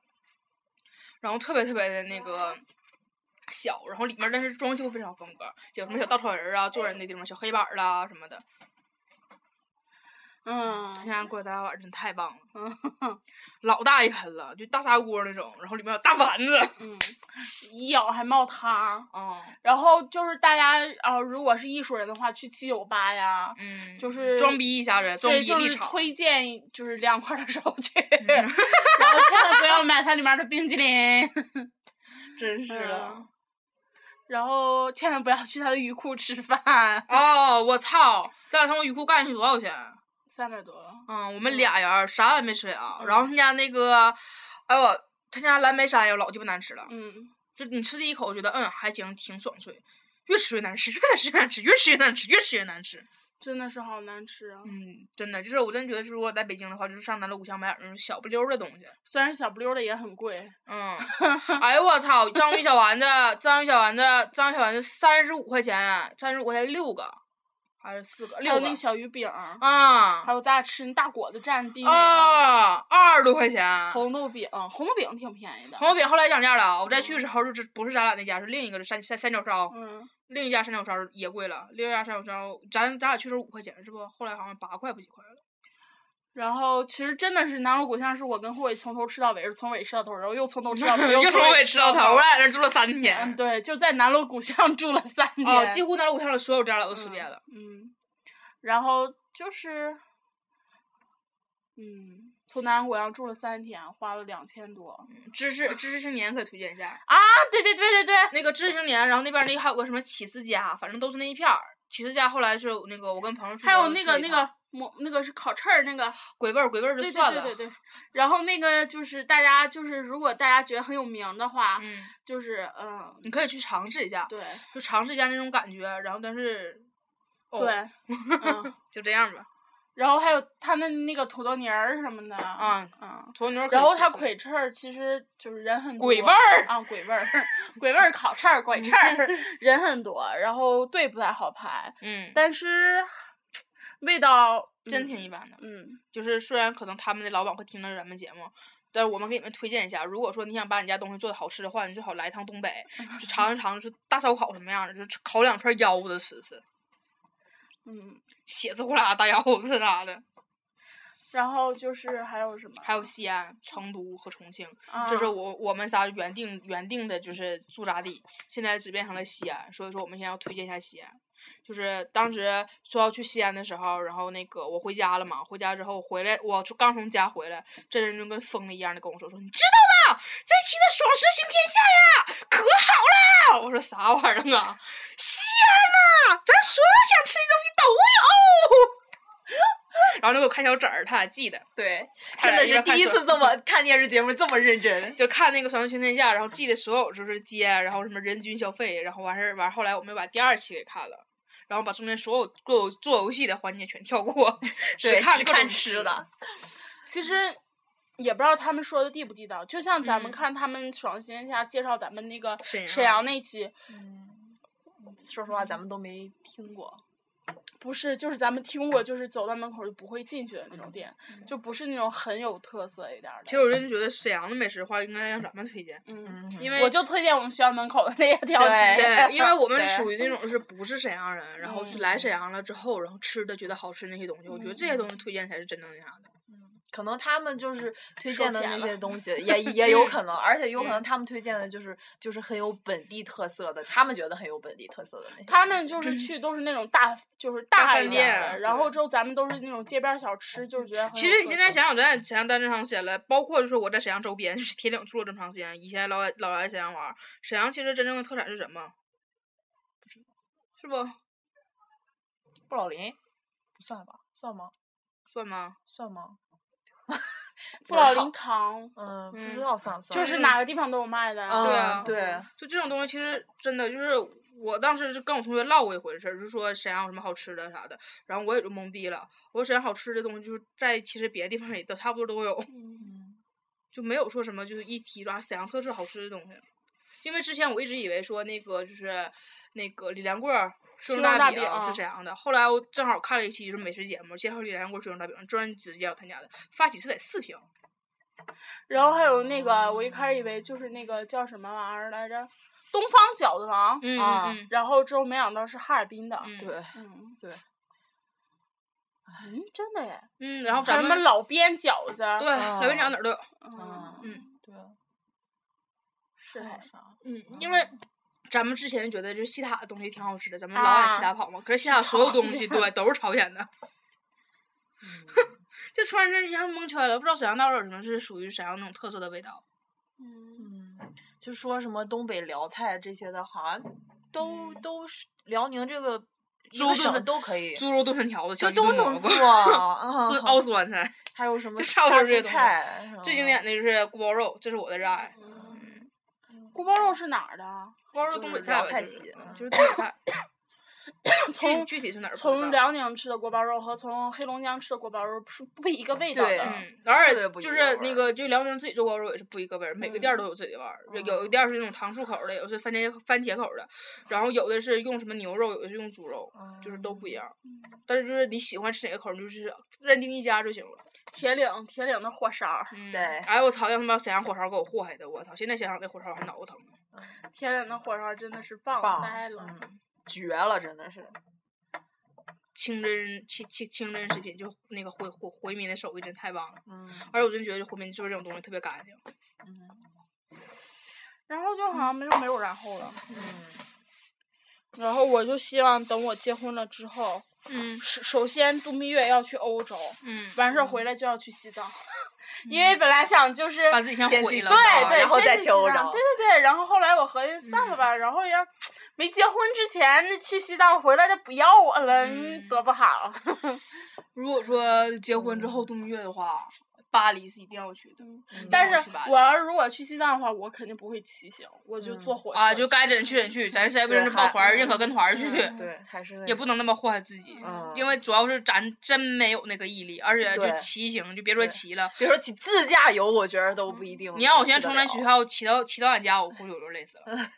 [SPEAKER 3] 然后特别特别的那个小，然后里面但是装修非常啊风格，有什么小稻草人儿啊、坐人的地方、小黑板儿啦什么的，他
[SPEAKER 4] 嗯，
[SPEAKER 3] 家锅大碗真太棒了，老大一盆了，就大砂锅那种，然后里面有大丸子。
[SPEAKER 4] 嗯，一咬还冒汤。
[SPEAKER 3] 哦，
[SPEAKER 4] 然后就是大家啊、呃如果是艺术人的话，去七九八呀，
[SPEAKER 3] 嗯，
[SPEAKER 4] 就是
[SPEAKER 3] 装逼一下子，装
[SPEAKER 4] 对，
[SPEAKER 3] 逼
[SPEAKER 4] 就
[SPEAKER 3] 立
[SPEAKER 4] 是
[SPEAKER 3] 场。嗯
[SPEAKER 4] 推荐就是凉快的时候去， 然后千万不要买它里面的冰激凌，
[SPEAKER 3] 真是的。
[SPEAKER 4] 嗯然后千万不要去它的鱼库吃饭，
[SPEAKER 3] 哦，我操！这两天我雨裤干进去多少钱？啊
[SPEAKER 4] 三百多。
[SPEAKER 3] 嗯，我们俩人儿啥也没吃了。
[SPEAKER 4] 嗯
[SPEAKER 3] 然后他家那个，哎呦，他家蓝莓山药老鸡巴难吃了。
[SPEAKER 4] 嗯，
[SPEAKER 3] 就你吃第一口觉得嗯还行，挺爽脆，越吃越难吃，越难吃越难吃，越吃越难吃，越吃越难吃。
[SPEAKER 4] 嗯真的是好难吃啊！
[SPEAKER 3] 嗯，真的就是我真觉得，如果在北京的话，就是上南锣鼓巷买点儿那种小不溜儿的东西。
[SPEAKER 4] 虽然小不溜儿的也很贵，
[SPEAKER 3] 嗯，哎呦我操！章鱼小丸子，章鱼小丸子，章鱼小丸子三十五块钱，三十五块钱六个，还是四个？
[SPEAKER 4] 还有
[SPEAKER 3] 六
[SPEAKER 4] 那
[SPEAKER 3] 个
[SPEAKER 4] 个小鱼饼儿，
[SPEAKER 3] 啊
[SPEAKER 4] 还有咱俩吃那大果子蘸冰梨、
[SPEAKER 3] 啊，二十多块钱。红
[SPEAKER 4] 红豆饼，红豆饼挺便宜的。
[SPEAKER 3] 豆饼后来涨价了，我再去的时候就是不是咱俩那家，是另一个是三三三角烧，
[SPEAKER 4] 嗯，
[SPEAKER 3] 另一家三角烧也贵了，另一家三角烧咱咱俩去的时候五块钱是不？后来好像八块不几块了。
[SPEAKER 4] 然后其实真的是南锣鼓巷，是我跟慧从头吃到尾，是从尾吃到头，然后又从头吃到尾，
[SPEAKER 3] 又
[SPEAKER 4] 从
[SPEAKER 3] 从
[SPEAKER 4] 尾
[SPEAKER 3] 尾吃到头，我。俩在那儿住了三
[SPEAKER 4] 嗯，
[SPEAKER 3] 天。
[SPEAKER 4] 对，就在南锣鼓巷住了三年。
[SPEAKER 3] 哦，几乎南锣鼓巷的所有家我都吃遍了。
[SPEAKER 4] 嗯，然后就是，嗯，从南锣鼓巷住了三天，花了两千多。啊，
[SPEAKER 3] 知识知识青年可以推荐一下。
[SPEAKER 4] 对对对对对，
[SPEAKER 3] 那个知识青年，然后那边儿那个还有个什么起司家，反正都是那一片儿。起司家后来是那个我跟朋友去的
[SPEAKER 4] 还
[SPEAKER 3] 时候
[SPEAKER 4] 有
[SPEAKER 3] 吃了
[SPEAKER 4] 那
[SPEAKER 3] 一
[SPEAKER 4] 个
[SPEAKER 3] 趟，
[SPEAKER 4] 那个馍，那个是烤翅儿那个。
[SPEAKER 3] 鬼味儿，鬼味儿就
[SPEAKER 4] 对
[SPEAKER 3] 算
[SPEAKER 4] 对
[SPEAKER 3] 了。
[SPEAKER 4] 对对对，然后那个就是大家就是，如果大家觉得很有名的话，
[SPEAKER 3] 嗯，
[SPEAKER 4] 就是嗯，
[SPEAKER 3] 你可以去尝试一下，
[SPEAKER 4] 对
[SPEAKER 3] 就尝试一下那种感觉。然后但是，哦、
[SPEAKER 4] 对，，嗯，
[SPEAKER 3] 就这样吧。
[SPEAKER 4] 然后还有他们那个土豆泥儿什么的，啊
[SPEAKER 3] 啊，
[SPEAKER 4] 嗯，
[SPEAKER 3] 鸵牛可以试试，
[SPEAKER 4] 然后它鬼翅儿其实就是人很多
[SPEAKER 3] 鬼味儿，
[SPEAKER 4] 啊，鬼味儿，鬼味儿烤翅儿，鬼翅儿人很多，然后队不太好排，
[SPEAKER 3] 嗯，
[SPEAKER 4] 但是味道
[SPEAKER 3] 真
[SPEAKER 4] 嗯
[SPEAKER 3] 挺一般的。
[SPEAKER 4] 嗯
[SPEAKER 3] 就是虽然可能他们的老板会听到咱们节目。但是我们给你们推荐一下，如果说你想把你家东西做的好吃的话，你最好来一趟东北，就尝一尝，就是大烧烤什么样的，就是烤两串腰子吃吃，
[SPEAKER 4] 嗯，
[SPEAKER 3] 血滋呼啦大腰子啥的。
[SPEAKER 4] 然后就是还有什么？
[SPEAKER 3] 还有西安、成都和重庆，
[SPEAKER 4] 啊
[SPEAKER 3] 这是我我们仨原定原定的就是驻扎地，现在只变成了西安，所以说我们现在要推荐一下西安。就是当时说要去西安的时候，然后那个我回家了嘛，回家之后回来，我就刚从家回来，这人就跟疯了一样的跟我说说，你知道吗？这期的爽食行天下呀，可好啦！我说啥玩意儿啊？西安呐、咱所有想吃的东西都有。 然后就给我看小纸儿，他俩记得，
[SPEAKER 5] 对，
[SPEAKER 3] 他
[SPEAKER 5] 真
[SPEAKER 3] 俩一
[SPEAKER 5] 的是
[SPEAKER 3] 边看
[SPEAKER 5] 第一
[SPEAKER 3] 小
[SPEAKER 5] 次这么看电视节目这么认真。
[SPEAKER 3] 就看那个《传说全天下》，然后记得所有就是接，然后什么人均消费，然后完事儿完，后来我们又把第二期给看了，然后把中间所有做游做游戏的环节全跳 过，
[SPEAKER 5] 对，
[SPEAKER 3] 看
[SPEAKER 5] 只
[SPEAKER 3] 各
[SPEAKER 5] 看
[SPEAKER 3] 种
[SPEAKER 5] 吃的。，
[SPEAKER 4] 其实也不知道他们说的地不地道，就像咱们
[SPEAKER 3] 嗯
[SPEAKER 4] 看他们爽新下介绍咱们那个
[SPEAKER 3] 沈阳啊
[SPEAKER 4] 沈阳那期，
[SPEAKER 5] 说实话，咱们都没听过。
[SPEAKER 4] 不是就是咱们听过，就是走到门口就不会进去的那种店，
[SPEAKER 3] 嗯
[SPEAKER 4] 就不是那种很有特色一点儿的。
[SPEAKER 3] 其实我真觉得沈阳的美食的话，应该让咱们推荐，
[SPEAKER 4] 嗯，
[SPEAKER 3] 因为
[SPEAKER 4] 我就推荐我们学校门口的那一条
[SPEAKER 5] 对
[SPEAKER 4] 街。
[SPEAKER 3] 对，因为我们
[SPEAKER 5] 对嗯
[SPEAKER 3] 是属于那种是不是沈阳人，然后是来沈阳了之后，然后吃的觉得好吃那些东西，我觉得这些东西推荐才是真正那啥的。
[SPEAKER 5] 可能他们就是推
[SPEAKER 3] 收
[SPEAKER 5] 荐的
[SPEAKER 3] 钱
[SPEAKER 5] 那
[SPEAKER 3] 了
[SPEAKER 5] 些东西，也也有可能，而且有可
[SPEAKER 3] 嗯
[SPEAKER 5] 能他们推荐的就是就是很有本地特色的，他们觉得很有本地特色的那些。
[SPEAKER 4] 他们就是去都是那种大，就是
[SPEAKER 3] 大
[SPEAKER 4] 大
[SPEAKER 3] 饭
[SPEAKER 4] 一点
[SPEAKER 3] 店
[SPEAKER 4] 的，然后之后咱们都是那种街边儿小吃，就是觉得很
[SPEAKER 3] 其
[SPEAKER 4] 有
[SPEAKER 3] 实你
[SPEAKER 4] 特
[SPEAKER 3] 现在
[SPEAKER 4] 色
[SPEAKER 3] 想想，咱在沈阳待这么长时间了，包括就是我在沈阳周边， 就是铁岭住了这么长时间，以前老来老来沈阳玩儿，沈阳其实真正的特产是什么？不知道，是
[SPEAKER 5] 布老林不算吧？算吗？
[SPEAKER 3] 不算吗？
[SPEAKER 5] 算吗？
[SPEAKER 4] 不老林堂，
[SPEAKER 5] 嗯，不知
[SPEAKER 3] 嗯
[SPEAKER 5] 道算不算。
[SPEAKER 4] 就是哪个地方都有卖的。
[SPEAKER 5] 嗯
[SPEAKER 3] 对啊
[SPEAKER 5] 对，
[SPEAKER 3] 就这种东西，其实真的就是我当时是跟我同学唠过一回事儿，就说沈阳有什么好吃的啥的，然后我也就懵逼了。我说沈阳好吃的东西，就是在其实别的地方也都差不多都有，嗯就没有说什么就是一提出啊沈阳特色好吃的东西。因为之前我一直以为说那个就是那个李连贵儿
[SPEAKER 4] 水
[SPEAKER 3] 水溶
[SPEAKER 4] 溶
[SPEAKER 3] 大
[SPEAKER 4] 大
[SPEAKER 3] 饼嗯
[SPEAKER 4] 饼啊
[SPEAKER 3] 是沈阳的，后来我正好看了一期就是美食节目，介绍李连贵儿水溶大饼，专门只介绍他家的，发起是得四瓶，
[SPEAKER 4] 然后还有那个，我一开始以为就是那个叫什么玩意儿来着，东方饺子王。
[SPEAKER 3] 嗯
[SPEAKER 5] 啊
[SPEAKER 3] 嗯
[SPEAKER 4] 然后之后没想到是哈尔滨的。
[SPEAKER 3] 嗯，嗯，
[SPEAKER 5] 对
[SPEAKER 4] 嗯，
[SPEAKER 5] 对，
[SPEAKER 1] 嗯，真的耶。
[SPEAKER 3] 嗯，然后
[SPEAKER 4] 什
[SPEAKER 3] 咱
[SPEAKER 4] 么
[SPEAKER 3] 们
[SPEAKER 4] 老边饺子，
[SPEAKER 3] 对老边长哪儿都有，
[SPEAKER 5] 嗯，
[SPEAKER 3] 嗯，
[SPEAKER 5] 对，
[SPEAKER 4] 是
[SPEAKER 5] 还
[SPEAKER 4] 还
[SPEAKER 5] 有啥？
[SPEAKER 3] 嗯，因为咱们之前觉得就是西塔的东西挺好吃的，咱们老
[SPEAKER 4] 啊
[SPEAKER 3] 往西塔 跑嘛。可是西塔嗯所有东西对都是朝鲜的， 就突然间一下蒙圈了，不知道沈阳到底有什么是属于沈阳那种特色的味道。
[SPEAKER 1] 嗯，
[SPEAKER 5] 嗯，就说什么东北辽菜这些的，好像都
[SPEAKER 3] 嗯
[SPEAKER 5] 都是辽宁这个一
[SPEAKER 3] 猪
[SPEAKER 5] 个
[SPEAKER 3] 炖
[SPEAKER 5] 省
[SPEAKER 3] 粉
[SPEAKER 5] 都可以，
[SPEAKER 3] 猪肉炖粉条子，
[SPEAKER 5] 就
[SPEAKER 3] 小鸡
[SPEAKER 5] 都
[SPEAKER 3] 炖
[SPEAKER 5] 能
[SPEAKER 3] 蘑
[SPEAKER 5] 做
[SPEAKER 3] 菇，
[SPEAKER 5] 啊。
[SPEAKER 3] 炖
[SPEAKER 5] 嗯
[SPEAKER 3] 奥酸菜。
[SPEAKER 5] 还有什么
[SPEAKER 3] 哦就差不多
[SPEAKER 5] 杀
[SPEAKER 3] 这些
[SPEAKER 5] 猪
[SPEAKER 3] 东西
[SPEAKER 5] 菜？
[SPEAKER 3] 最经典的就是锅包肉，这是我的热爱。
[SPEAKER 4] 嗯锅包肉是哪儿的？啊
[SPEAKER 3] 锅包
[SPEAKER 5] 就
[SPEAKER 3] 肉东北
[SPEAKER 5] 是
[SPEAKER 3] 菜
[SPEAKER 5] 辽
[SPEAKER 3] 吧，
[SPEAKER 5] 菜
[SPEAKER 3] 就是
[SPEAKER 5] 系
[SPEAKER 3] 嗯
[SPEAKER 5] 嗯
[SPEAKER 3] 就是东北 菜。具
[SPEAKER 4] 从
[SPEAKER 3] 具体是哪儿不知
[SPEAKER 4] 从
[SPEAKER 3] 道
[SPEAKER 4] 辽宁吃的锅包肉和从黑龙江吃的锅包肉是不一个味道
[SPEAKER 5] 对
[SPEAKER 4] 的。啊
[SPEAKER 3] 嗯，而
[SPEAKER 5] 啊特别
[SPEAKER 3] 且
[SPEAKER 5] 不一
[SPEAKER 3] 就
[SPEAKER 5] 个
[SPEAKER 3] 是
[SPEAKER 5] 味
[SPEAKER 3] 那
[SPEAKER 5] 儿嗯
[SPEAKER 3] 个，就辽宁自己做锅包肉也是不一个味儿，每个店儿都有自己的味儿。有
[SPEAKER 5] 哦
[SPEAKER 3] 有的店儿是那种糖醋口儿的，有的是番茄番茄口儿的，然后有的是用什么牛肉，有的是用猪肉，
[SPEAKER 5] 嗯
[SPEAKER 3] 就是都不一样。
[SPEAKER 5] 哦
[SPEAKER 3] 但是就是你喜欢吃哪个口儿，你就是认定一家就行了。
[SPEAKER 4] 铁岭铁岭的火烧儿，
[SPEAKER 3] 嗯
[SPEAKER 5] 对
[SPEAKER 3] 哎我操，要他妈沈阳火烧给我祸害的，我操！现在想想那火烧还脑疼。
[SPEAKER 4] 铁岭的火烧儿真的是棒，
[SPEAKER 5] 棒
[SPEAKER 4] 太了。
[SPEAKER 5] 嗯，绝了，真的是。
[SPEAKER 3] 清真清清清真食品，就那个回回回民的手艺真太棒了。
[SPEAKER 5] 嗯，
[SPEAKER 3] 而且我真觉得回民做这种东西特别干净。
[SPEAKER 4] 然后就好像没有没有然后了。
[SPEAKER 5] 嗯
[SPEAKER 4] 然后我就希望等我结婚了之后，
[SPEAKER 3] 嗯
[SPEAKER 4] 首首先度蜜月要去欧洲，
[SPEAKER 3] 嗯，
[SPEAKER 4] 完事儿回来就要去西藏， 因为本来想就是
[SPEAKER 3] 把自啊己先
[SPEAKER 5] 先
[SPEAKER 3] 毁
[SPEAKER 5] 去
[SPEAKER 3] 了，
[SPEAKER 4] 对对，
[SPEAKER 5] 然后
[SPEAKER 4] 先
[SPEAKER 5] 再嗯
[SPEAKER 4] 去
[SPEAKER 5] 去欧
[SPEAKER 4] 西藏
[SPEAKER 5] 洲
[SPEAKER 4] 对对对，然后后来我合计算了吧，然后要没结婚之前那去西藏回来就不要我了，
[SPEAKER 3] 嗯
[SPEAKER 4] 多不好。
[SPEAKER 3] 如果说结婚
[SPEAKER 5] 嗯
[SPEAKER 3] 之后度蜜月的话，巴黎是一定要去的。
[SPEAKER 4] 但
[SPEAKER 3] 要
[SPEAKER 4] 是
[SPEAKER 3] 去巴黎
[SPEAKER 4] 我要如果去西藏的话，我肯定不会骑行，我
[SPEAKER 5] 嗯
[SPEAKER 4] 就坐火车
[SPEAKER 3] 啊，就
[SPEAKER 4] 去
[SPEAKER 3] 该怎去怎去，咱实在不
[SPEAKER 5] 对
[SPEAKER 3] 认识报
[SPEAKER 5] 还
[SPEAKER 3] 团儿，宁可跟团儿去，
[SPEAKER 5] 嗯对，还是那
[SPEAKER 3] 也
[SPEAKER 5] 个
[SPEAKER 3] 不能那么祸害自己。
[SPEAKER 5] 嗯
[SPEAKER 3] 因为主要是咱真没有那个毅力，而且就
[SPEAKER 5] 对
[SPEAKER 3] 骑行，就别说
[SPEAKER 5] 对
[SPEAKER 3] 骑了。
[SPEAKER 5] 比如说骑自驾游，我觉得都不一定。
[SPEAKER 3] 嗯你让我
[SPEAKER 5] 去
[SPEAKER 3] 现在
[SPEAKER 5] 得
[SPEAKER 3] 从咱
[SPEAKER 5] 了
[SPEAKER 3] 学校骑到骑到俺家，我估计我就累死了。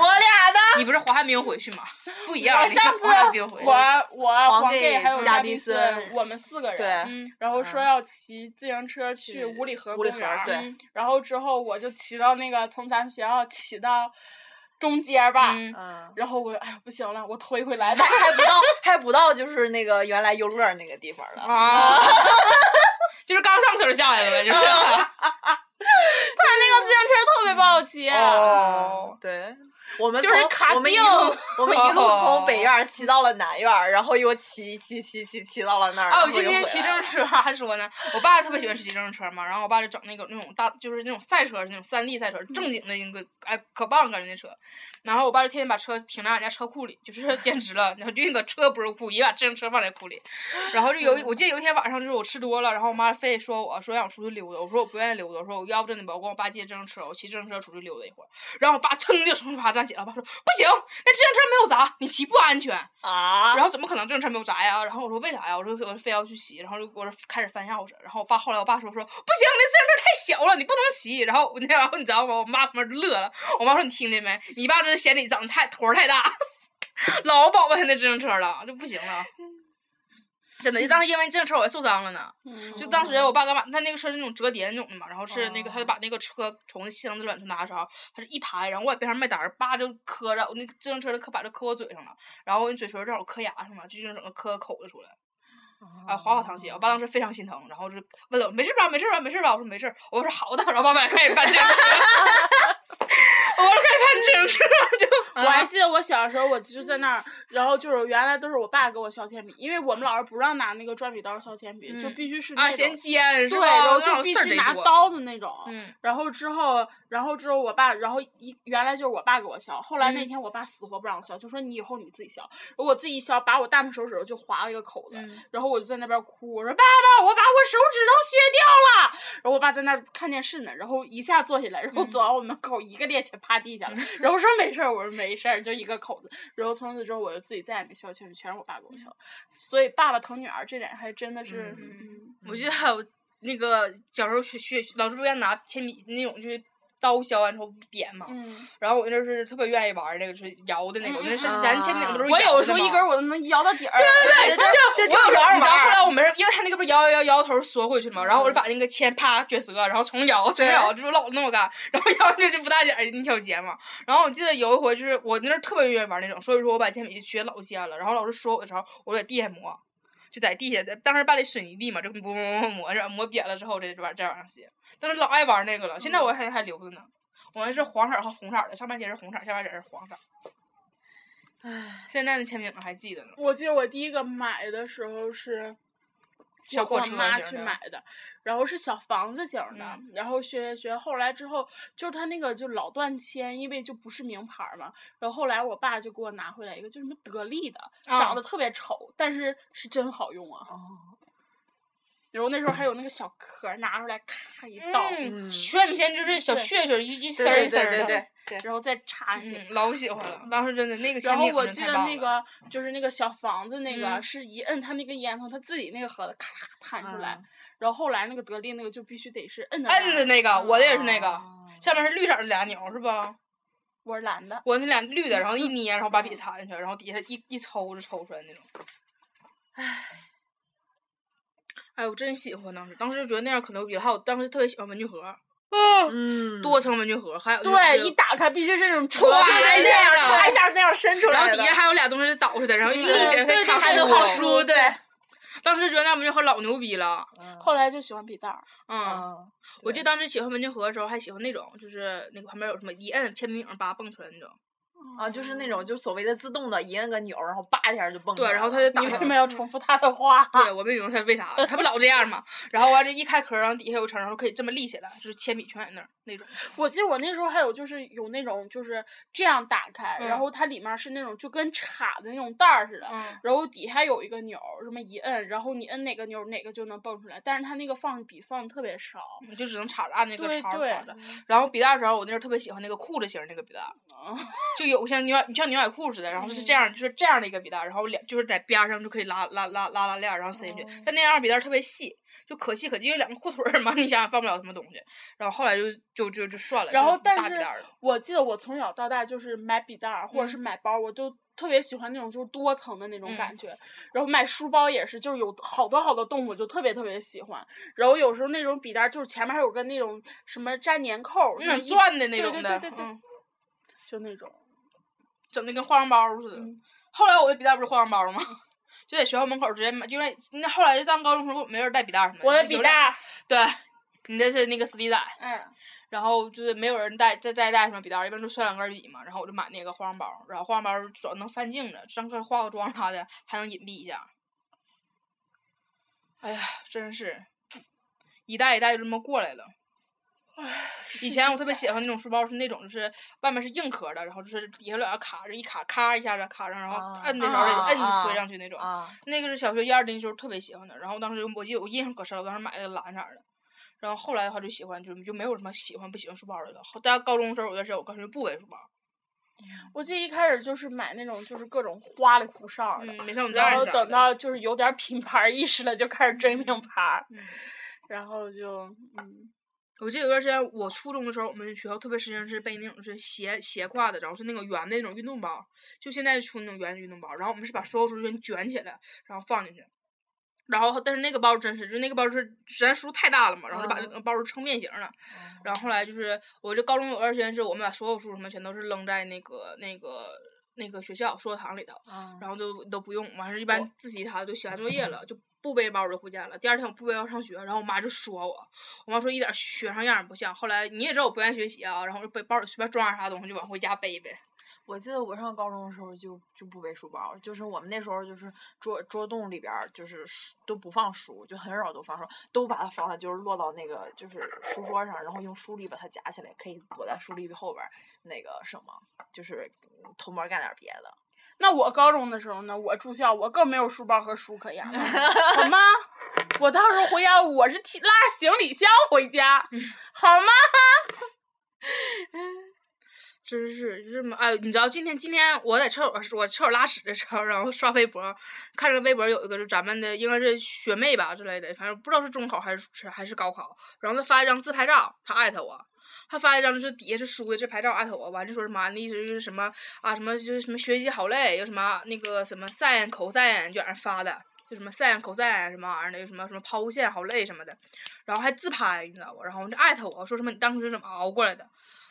[SPEAKER 5] 我俩的
[SPEAKER 3] 你不是华汉冰回去吗？不一样，
[SPEAKER 4] 我
[SPEAKER 3] 你是
[SPEAKER 4] 上次
[SPEAKER 3] 华汉冰回去。
[SPEAKER 4] 我我
[SPEAKER 5] 黄
[SPEAKER 4] 黄
[SPEAKER 5] 盖
[SPEAKER 4] 盖还有
[SPEAKER 5] 嘉
[SPEAKER 4] 嘉
[SPEAKER 5] 宾
[SPEAKER 4] 宾
[SPEAKER 5] 孙
[SPEAKER 4] 我们四个人，
[SPEAKER 5] 对
[SPEAKER 3] 嗯
[SPEAKER 4] 然后说
[SPEAKER 5] 嗯
[SPEAKER 4] 要骑自行车去五里河
[SPEAKER 5] 五
[SPEAKER 4] 公
[SPEAKER 5] 里
[SPEAKER 4] 园
[SPEAKER 5] 河
[SPEAKER 4] 儿，
[SPEAKER 5] 对
[SPEAKER 3] 嗯
[SPEAKER 4] 然后之后我就骑到那个从咱们学校骑到中间儿吧，
[SPEAKER 3] 嗯，
[SPEAKER 5] 嗯，
[SPEAKER 4] 然后我哎呀不行了，我推回来吧
[SPEAKER 5] 还，还不到，还不到就是那个原来游乐那个地方了。
[SPEAKER 3] 啊， 就是刚上车就下来了呗，就是。
[SPEAKER 5] 嗯
[SPEAKER 4] 他那个自行车特别不好骑，
[SPEAKER 5] 哦，对，我们
[SPEAKER 4] 就是
[SPEAKER 5] 从
[SPEAKER 4] 卡
[SPEAKER 5] 我们一
[SPEAKER 4] 腚
[SPEAKER 5] 路我们一路
[SPEAKER 3] 哦
[SPEAKER 5] 从北院儿骑到了南院儿，然后又骑骑骑骑骑到了那儿。
[SPEAKER 3] 啊，
[SPEAKER 5] 然
[SPEAKER 3] 我
[SPEAKER 5] 后
[SPEAKER 3] 今
[SPEAKER 5] 又
[SPEAKER 3] 天
[SPEAKER 5] 回
[SPEAKER 3] 骑
[SPEAKER 5] 来
[SPEAKER 3] 自行
[SPEAKER 5] 了
[SPEAKER 3] 车还说呢，我爸特别喜欢骑自行车嘛，然后我爸就整那个那种大，就是那种赛车，那种山地赛车，
[SPEAKER 5] 嗯
[SPEAKER 3] 正经的那个，哎，可棒感觉那车。然后我爸就天天把车停在俺家车库里，就是 兼职了，然后就那个车不是库，也把自行车放在库里。然后就有一，
[SPEAKER 5] 嗯
[SPEAKER 3] 我记得有一天晚上就是我吃多了，然后我妈非得说我说让我出去溜达，我说我不愿意溜达，我说我要不真的吧，我跟我爸借自行车，我骑自行车出去溜达一会儿。然后我爸噌就从床上站起来，我爸说不行，那自行车没有闸，你骑不安全。
[SPEAKER 5] 啊，
[SPEAKER 3] 然后怎么可能正车没有闸呀？然后我说为啥呀？我说我非要去骑，然后就给我说开始翻钥匙。然后我爸后来我爸说说不行，那自行车太小了，你不能骑。然后我那然后你知道吗？我妈旁边就乐了，我妈说你听见没？你爸这是嫌你长得太头儿太大， 老保护他那自行车了，就不行了。真的，就当时因为自行车我还受伤了呢。就当时我爸刚把他那个车是那种折叠那种的嘛，然后是那个他就把那个车从箱子软处拿的时候，他是一抬，然后我在边上卖单儿，叭就磕着我那个自行车的磕板就磕我嘴上了，然后我那嘴唇正好磕牙上了，就整个磕个口子出来。啊，划好淌血！我爸当时非常心疼，然后就问了我没事吧，没事吧，没事吧？我说没事儿，我说好的，然后爸爸开始翻自行车， 我说开始翻自行车，就
[SPEAKER 4] 我还记得我小时候，我就在那儿，然后就是原来都是我爸给我削铅笔，因为我们老师不让拿那个转笔刀削铅笔，就
[SPEAKER 3] 嗯
[SPEAKER 4] 必须是那
[SPEAKER 3] 啊
[SPEAKER 4] 种
[SPEAKER 3] 嫌尖是
[SPEAKER 4] 对，
[SPEAKER 3] 吧？
[SPEAKER 4] 然后
[SPEAKER 3] 那
[SPEAKER 4] 就
[SPEAKER 3] 种
[SPEAKER 4] 必
[SPEAKER 3] 事儿
[SPEAKER 4] 须
[SPEAKER 3] 贼
[SPEAKER 4] 拿
[SPEAKER 3] 多，
[SPEAKER 4] 刀子那种。
[SPEAKER 3] 嗯，
[SPEAKER 4] 然后之后，然后之后我爸，然后一原来就是我爸给我削，后来那
[SPEAKER 3] 嗯
[SPEAKER 4] 天我爸死活不让我削，就说你以后你自己削。我自己一削，把我大拇手指头就划了一个口子，
[SPEAKER 3] 嗯
[SPEAKER 4] 然后我就在那边哭，我说爸爸，我把我手指头削掉了。然后我爸在那儿看电视呢，然后一下坐起来，然后走到我门口，一个趔趄趴地下了，然后说没事儿，我说没事儿，就一个口子。然后从此之后我就自己再也没削铅笔，全是我爸给我削的。所以爸爸疼女儿这点还真的是，嗯
[SPEAKER 3] 嗯我记得还有那个小时候学学老师不愿拿铅笔那种，就是刀削完之后扁嘛。
[SPEAKER 4] 嗯，
[SPEAKER 3] 然后我那是特别愿意玩儿那个，就是摇的那个，
[SPEAKER 4] 嗯
[SPEAKER 3] 我那是
[SPEAKER 5] 嗯
[SPEAKER 3] 咱前面都是
[SPEAKER 4] 我
[SPEAKER 3] 摇
[SPEAKER 4] 有
[SPEAKER 3] 的
[SPEAKER 4] 时候
[SPEAKER 3] 嘛
[SPEAKER 4] 一根儿我都能摇到底儿。
[SPEAKER 3] 哎
[SPEAKER 5] 对对
[SPEAKER 3] 我
[SPEAKER 5] 对，
[SPEAKER 3] 有时
[SPEAKER 5] 就
[SPEAKER 3] 候你知道
[SPEAKER 5] 玩
[SPEAKER 3] 后
[SPEAKER 5] 儿。嗯
[SPEAKER 3] 来我没事，因为他那个不是摇摇摇摇头缩回去嘛，然后我就把那个铅啪撅折，然后重摇重摇，就是老那么干，然后摇那就不大点儿一条睫毛。然后我记得有一回就是我那阵儿特别愿意玩那种，所以说我把铅笔学老尖了。然后老师说我的时候，我在地下磨，就在地下，在当时把那水泥地嘛，就磨磨磨磨着磨扁了之后，这这玩这往上写。当时老爱玩那个了，现
[SPEAKER 5] 嗯
[SPEAKER 3] 在我还还留着呢。我们是黄色儿和红色儿的，上半截是红色儿，下半截是黄色儿。唉，现在的铅笔我还记得呢。
[SPEAKER 4] 我记得我第一个买的时候是
[SPEAKER 3] 小
[SPEAKER 4] 我跟
[SPEAKER 3] 火
[SPEAKER 4] 我
[SPEAKER 3] 车
[SPEAKER 4] 妈
[SPEAKER 3] 型
[SPEAKER 4] 去
[SPEAKER 3] 的嗯
[SPEAKER 4] 买的，然后是小房子型的，然后学学，后来之后就是它那个就老断铅，因为就不是名牌儿嘛。然后后来我爸就给我拿回来一个，就是什么得力的，
[SPEAKER 3] 啊哦
[SPEAKER 4] 长得特别丑，但是是真好用啊。然后那时候还有那个小壳儿，拿出来咔一倒，
[SPEAKER 3] 嗯，
[SPEAKER 5] 嗯
[SPEAKER 3] 炫先就是小
[SPEAKER 4] 对
[SPEAKER 3] 血血一一丝儿一
[SPEAKER 5] 对对
[SPEAKER 3] 丝儿
[SPEAKER 5] 对
[SPEAKER 3] 的，
[SPEAKER 5] 对
[SPEAKER 4] 然后再插上去。
[SPEAKER 3] 嗯，老喜欢了，当时真的那个铅
[SPEAKER 4] 然后
[SPEAKER 3] 笔
[SPEAKER 4] 我
[SPEAKER 3] 真
[SPEAKER 4] 记
[SPEAKER 3] 太
[SPEAKER 4] 得
[SPEAKER 3] 棒
[SPEAKER 4] 那
[SPEAKER 3] 了
[SPEAKER 4] 个就是那个小房子那个，
[SPEAKER 3] 嗯
[SPEAKER 4] 是一摁它那个烟头，它自己那个盒子咔弹出来。
[SPEAKER 5] 嗯
[SPEAKER 4] 然后后来那个得力那个就必须得是摁着
[SPEAKER 3] 摁着
[SPEAKER 4] 的，
[SPEAKER 3] 那个，我的也是那个，
[SPEAKER 5] 啊
[SPEAKER 3] 下面是绿色的俩钮儿是吧？
[SPEAKER 4] 我是蓝的。
[SPEAKER 3] 我那俩绿的，然后一捏，然后把笔插进去，然后底下一一抽就抽出来那种。唉，哎，我真喜欢当时，当时就觉得那样可牛逼了。还有当时特别喜欢文具盒，
[SPEAKER 5] 嗯，
[SPEAKER 3] 多层文具盒，呃还有就是
[SPEAKER 4] 对，一打开必须是那种戳
[SPEAKER 3] 歘
[SPEAKER 4] 开
[SPEAKER 3] 一
[SPEAKER 4] 这
[SPEAKER 3] 下
[SPEAKER 4] 样
[SPEAKER 3] 的
[SPEAKER 4] 歘一下那样伸出来
[SPEAKER 3] 啊然后
[SPEAKER 4] 的
[SPEAKER 3] 底下还有俩东西是倒出来嗯的，然后一
[SPEAKER 4] 对
[SPEAKER 3] 起
[SPEAKER 4] 对对
[SPEAKER 3] 看
[SPEAKER 4] 还能
[SPEAKER 3] 书哦
[SPEAKER 4] 放
[SPEAKER 5] 书对。
[SPEAKER 3] 当时觉得那文具盒老牛逼了，
[SPEAKER 4] 后来就喜欢笔袋儿，
[SPEAKER 3] 嗯。
[SPEAKER 5] 嗯，
[SPEAKER 3] 我记得当时喜欢文具盒的时候，还喜欢那种，就是那个旁边有什么一摁铅笔拧叭蹦出来那种。
[SPEAKER 5] 啊，就是那种就所谓的自动的，一摁个钮儿，然后叭一下就蹦出
[SPEAKER 3] 对
[SPEAKER 5] 来了。
[SPEAKER 3] 然后它就打
[SPEAKER 4] 你为
[SPEAKER 3] 开
[SPEAKER 4] 什么要重复他的话？
[SPEAKER 3] 对，我没明白它为啥，它不老这样嘛。然后完这一开壳，然后底下有层，然后可以这么立起来，就是铅笔全在那儿那种。
[SPEAKER 4] 我记得我那时候还有就是有那种就是这样打开，
[SPEAKER 3] 嗯
[SPEAKER 4] 然后它里面是那种就跟插的那种袋儿似的，
[SPEAKER 3] 嗯，
[SPEAKER 4] 然后底下有一个钮儿，什么一摁，然后你摁哪个钮儿哪个就能蹦出来，但是它那个放笔放的特别少。
[SPEAKER 3] 你就只能插着按那个
[SPEAKER 4] 对
[SPEAKER 3] 插着
[SPEAKER 4] 对嗯
[SPEAKER 3] 插着。然后笔袋的时候，我那时候特别喜欢那个裤子型儿那个笔袋，
[SPEAKER 4] 哦
[SPEAKER 3] 就有像牛仔，你像牛仔裤似的，然后是这
[SPEAKER 4] 嗯
[SPEAKER 3] 样，就是这样的一个笔袋，然后两就是在边儿上就可以拉拉拉拉拉链儿，然后塞进
[SPEAKER 4] 哦
[SPEAKER 3] 去。但那样的笔袋特别细，就可细可细，因为两个裤腿儿嘛，你想想放不了什么东西。然后后来就就就就算了，
[SPEAKER 4] 然
[SPEAKER 3] 就
[SPEAKER 4] 后但是
[SPEAKER 3] 大笔袋儿了。
[SPEAKER 4] 我记得我从小到大就是买笔袋儿或者
[SPEAKER 3] 嗯
[SPEAKER 4] 是买包儿，我都特别喜欢那种就是多层的那种感觉。然后买书包也是，就是有好多好多动物，就特别特别喜欢。然后有时候那种笔袋儿就是前面还有个那种什么粘粘扣儿，什么
[SPEAKER 3] 嗯，
[SPEAKER 4] 一
[SPEAKER 3] 转的那
[SPEAKER 4] 对
[SPEAKER 3] 种
[SPEAKER 4] 对
[SPEAKER 3] 的，
[SPEAKER 4] 对对对
[SPEAKER 3] 嗯
[SPEAKER 4] 就那种。
[SPEAKER 3] 整的跟化妆包似的。
[SPEAKER 4] 嗯
[SPEAKER 3] 后来我的笔袋不是化妆包吗？ 就在学校门口直接买，因为那后来就上高中时候没人带笔袋什么的。
[SPEAKER 4] 我的
[SPEAKER 3] 有
[SPEAKER 4] 笔
[SPEAKER 3] 两
[SPEAKER 4] 袋儿，
[SPEAKER 3] 对，你这是那个斯蒂仔，
[SPEAKER 4] 嗯，
[SPEAKER 3] 然后就是没有人带再再带什么笔袋，一般就算两根笔嘛。然后我就买那个化妆包，然后化妆包主要能翻镜子，上课化个妆啥的还能隐蔽一下。哎呀，真是一代一代就这么过来了。
[SPEAKER 5] 哎
[SPEAKER 3] 以前我特别喜欢那种书包，是那种就是外面是硬壳的，然后就是底下有两个卡，这一卡咔一下子卡上，然后
[SPEAKER 5] 啊
[SPEAKER 3] 摁的时候得
[SPEAKER 5] 啊
[SPEAKER 3] 摁就推
[SPEAKER 5] 啊
[SPEAKER 3] 上去那种。
[SPEAKER 5] 啊，
[SPEAKER 3] 那个是小学一二年级时候特别喜欢的，然后当时我记得我印象可深了，我当时买了个蓝色儿的，然后后来的话就喜欢，就就没有什么喜欢不喜欢书包的了。后到高中的时候，有段时间我干脆就不背书包，
[SPEAKER 4] 我记得一开始就是买那种就是各种花里胡哨的，
[SPEAKER 3] 嗯，没像我们
[SPEAKER 4] 然
[SPEAKER 3] 家人
[SPEAKER 4] 后
[SPEAKER 3] 似
[SPEAKER 4] 等
[SPEAKER 3] 的
[SPEAKER 4] 到就是有点儿品牌儿意识了，就开始追名牌儿，
[SPEAKER 3] 嗯
[SPEAKER 4] 然后就嗯，
[SPEAKER 3] 我记得有段时间，我初中的时候，我们学校特别实行是背那种是斜斜挎的，然后是那种圆的那种运动包，就现在出那种圆的运动包，然后我们是把所有书全卷起来，然后放进去。然后，但是那个包真是，就那个包是咱书太大了嘛，然后就把那个包儿撑变形了。然后后来就是，我这高中有段时间是我们把所有书什么全都是扔在那个那个那个学校书堂里头，
[SPEAKER 5] 然
[SPEAKER 3] 然后就都不用，完事儿一般自习啥的就写完作业了，就不背包就回家了。第二天我不背包上学，然后我妈就说我，我妈说一点学生样儿不像。后来你也知道我不愿意学习啊，然后我就背包里随便装点啥东西就往回家背呗。
[SPEAKER 5] 我记得我上高中的时候就就不背书包，就是我们那时候就是桌桌洞里边儿就是书都不放书，就很少都放书，都把它放在就是落到那个就是书桌上，然后用书笠把它夹起来，可以躲在书笠后边儿那个什么，就是偷摸干点儿别的。
[SPEAKER 4] 那我高中的时候呢，我住校，我更没有书包和书可言了。好吗？我到时候回家，我是提拉着行李箱回家，好吗？
[SPEAKER 3] 真是就是嘛哎，你知道今天今天我在厕所我厕所拉屎的时候，然后刷微博，看着微博有一个就咱们的应该是学妹吧之类的，反正不知道是中考还是是还是高考，然后她发一张自拍照，她艾特我，还发一张就是底下是梳的这拍照啊头啊，完就说什么那意思就是什么啊什么就是什么学习好累，有什么那个什么 sin cos 就往上发的，就什么 sin cos 什么玩意儿的，有什么什么抛物线好累什么的，然后还自拍你知道不？然后就艾特我说什么你当时怎么熬过来的？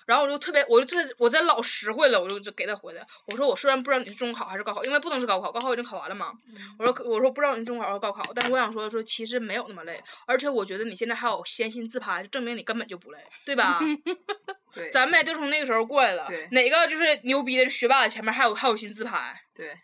[SPEAKER 3] 然后我就特别，我就这我真老实惠了，我就就给他回的。我说我虽然不知道你是中考还是高考，因为不能是高考，高考已经考完了嘛。我说可我说不知道你中考还是高考，但是我想说说其实没有那么累，而且我觉得你现在还有闲心自拍，证明你根本就不累，对吧？
[SPEAKER 5] 对
[SPEAKER 3] 咱们也就从那个时候过来了
[SPEAKER 5] 对。
[SPEAKER 3] 哪个就是牛逼的学霸前面还有还有心自拍？
[SPEAKER 5] 对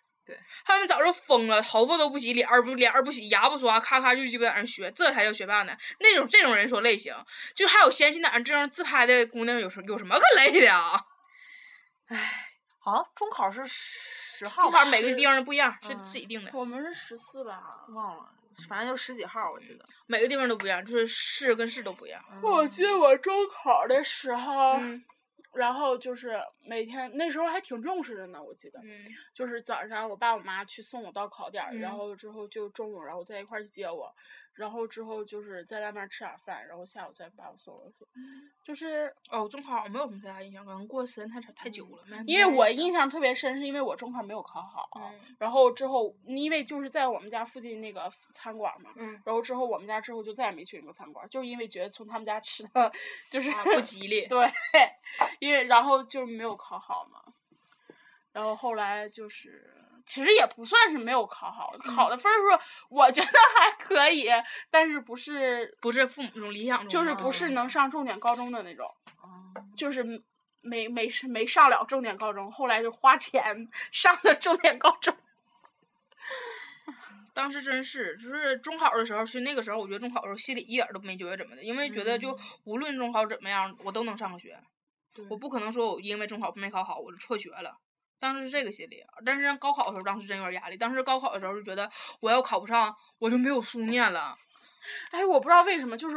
[SPEAKER 3] 他们早就疯了，头发都不洗，脸儿不脸儿不洗，牙不刷，咔咔就鸡巴在那儿学，这才叫学霸呢。那种这种人说类型，就还有闲心在那儿这样自拍的姑娘有什有什么可累的啊？
[SPEAKER 5] 好像中考是十号
[SPEAKER 3] 正
[SPEAKER 5] 吧，
[SPEAKER 3] 好每个地方都不一样，是
[SPEAKER 5] 嗯
[SPEAKER 3] 自己定的，
[SPEAKER 4] 我们是十四吧？
[SPEAKER 5] 忘了，反正就十几号我记得。嗯
[SPEAKER 3] 每个地方都不一样，就是市跟市都不一样。
[SPEAKER 4] 我记得我中考的时候，
[SPEAKER 3] 嗯
[SPEAKER 4] 然后就是每天那时候还挺重视的呢，我记得。
[SPEAKER 3] 嗯
[SPEAKER 4] 就是早上我爸我妈去送我到考点儿，然
[SPEAKER 3] 嗯
[SPEAKER 4] 后之后就中午然后在一块儿接我，然后之后就是在外面吃点儿饭，然后下午再把我送回去。
[SPEAKER 3] 嗯
[SPEAKER 4] 就是
[SPEAKER 3] 哦，中考没有什么太大印象，可能过的时间太长太久了。没
[SPEAKER 4] 因为我印象特别深，是因为我中考没有考好，
[SPEAKER 3] 嗯
[SPEAKER 4] 然后之后因为就是在我们家附近那个餐馆儿嘛，
[SPEAKER 3] 嗯
[SPEAKER 4] 然后之后我们家之后就再也没去那个餐馆儿，就是因为觉得从他们家吃的 就是、，
[SPEAKER 3] 啊 不吉利
[SPEAKER 4] 对，因为然后就没有考好嘛，然后后来就是其实也不算是没有考好，考的分儿数我觉得还可以，但是不是
[SPEAKER 3] 不是父母那种理想中的啊
[SPEAKER 4] 就是不是能上重点高中的那种，就是没没是没上了重点高中，后来就花钱 上的重点高中。
[SPEAKER 3] 当时真是，就是中考的时候，是那个时候，我觉得中考的时候心里一点儿都没觉得怎么的，因为觉得
[SPEAKER 4] 嗯
[SPEAKER 3] 就无论中考怎么样，我都能上学，我不可能说我因为中考没考好我就辍学了。当时是这个心理，啊但是高考的时候，当时真有点压力。当时高考的时候就觉得，我要考不上，我就没有书念了。
[SPEAKER 4] 哎，我不知道为什么，就是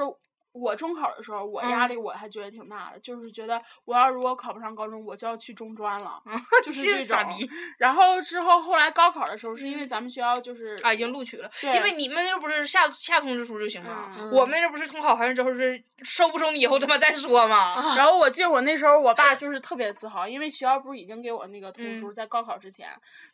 [SPEAKER 4] 我中考的时候，我压
[SPEAKER 3] 嗯
[SPEAKER 4] 力我还觉得挺大的，就是觉得我要如果考不上高中，我就要去中专了，嗯就是这
[SPEAKER 3] 傻
[SPEAKER 4] 种
[SPEAKER 3] 逼。
[SPEAKER 4] 然后之后后来高考的时候，是因为咱们学校就是
[SPEAKER 3] 啊，已经录取了，
[SPEAKER 4] 对
[SPEAKER 3] 因为你们那不是下下通知书就行了，
[SPEAKER 4] 嗯
[SPEAKER 3] 我们这不是统考完之后是收不收你以后他妈再说吗？
[SPEAKER 4] 然后我记得我那时候，我爸就是特别自豪，因为学校不是已经给我那个通知
[SPEAKER 3] 嗯
[SPEAKER 4] 书，在高考之前，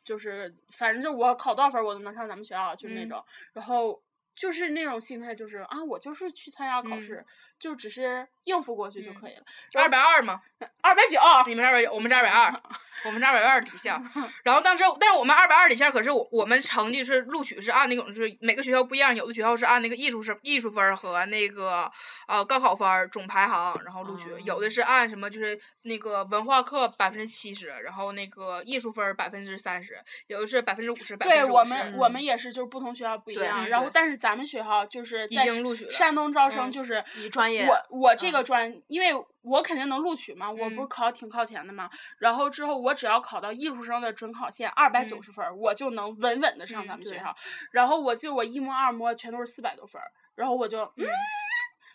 [SPEAKER 4] 就是反正就我考多少分儿我都能上咱们学校，就是那
[SPEAKER 3] 嗯
[SPEAKER 4] 种。然后就是那种心态，就是啊，我就是去参加考
[SPEAKER 3] 嗯
[SPEAKER 4] 试，就只是应付过去就可以了。
[SPEAKER 3] 二百二嘛，
[SPEAKER 4] 二百九，
[SPEAKER 3] 你们这边有，我们这边
[SPEAKER 4] 啊
[SPEAKER 3] 二，我们这边二底下。 然后当时，但是我们二百二底下，可是我我们成绩是录取是按那种，就是每个学校不一样，有的学校是按那个艺术是艺术分儿和那个呃高考分儿总排行然后录
[SPEAKER 4] 哦
[SPEAKER 3] 取，有的是按什么就是那个文化课百分之七十，然后那个艺术分儿百分之三十，有的是百分之五十，百分
[SPEAKER 4] 对
[SPEAKER 3] 之
[SPEAKER 4] 我
[SPEAKER 3] 五
[SPEAKER 4] 们
[SPEAKER 3] 十。
[SPEAKER 4] 我们也是，就是不同学校不一
[SPEAKER 5] 对
[SPEAKER 4] 样。
[SPEAKER 3] 嗯
[SPEAKER 4] 然后
[SPEAKER 5] 对
[SPEAKER 4] 但是咱们学校就是
[SPEAKER 3] 已
[SPEAKER 4] 在
[SPEAKER 3] 经录取了
[SPEAKER 4] 山东招生
[SPEAKER 3] 嗯
[SPEAKER 4] 就是
[SPEAKER 5] 以专业
[SPEAKER 4] 我我这个专，因为我肯定能录取嘛，我不
[SPEAKER 3] 嗯
[SPEAKER 4] 是考挺靠前的嘛。然后之后我只要考到艺术生的准考线二百九十分儿，我就能稳稳的上
[SPEAKER 3] 嗯
[SPEAKER 4] 咱们学
[SPEAKER 5] 对
[SPEAKER 4] 校。然后我就我一模二模全都是四百多分儿，然后我就嗯。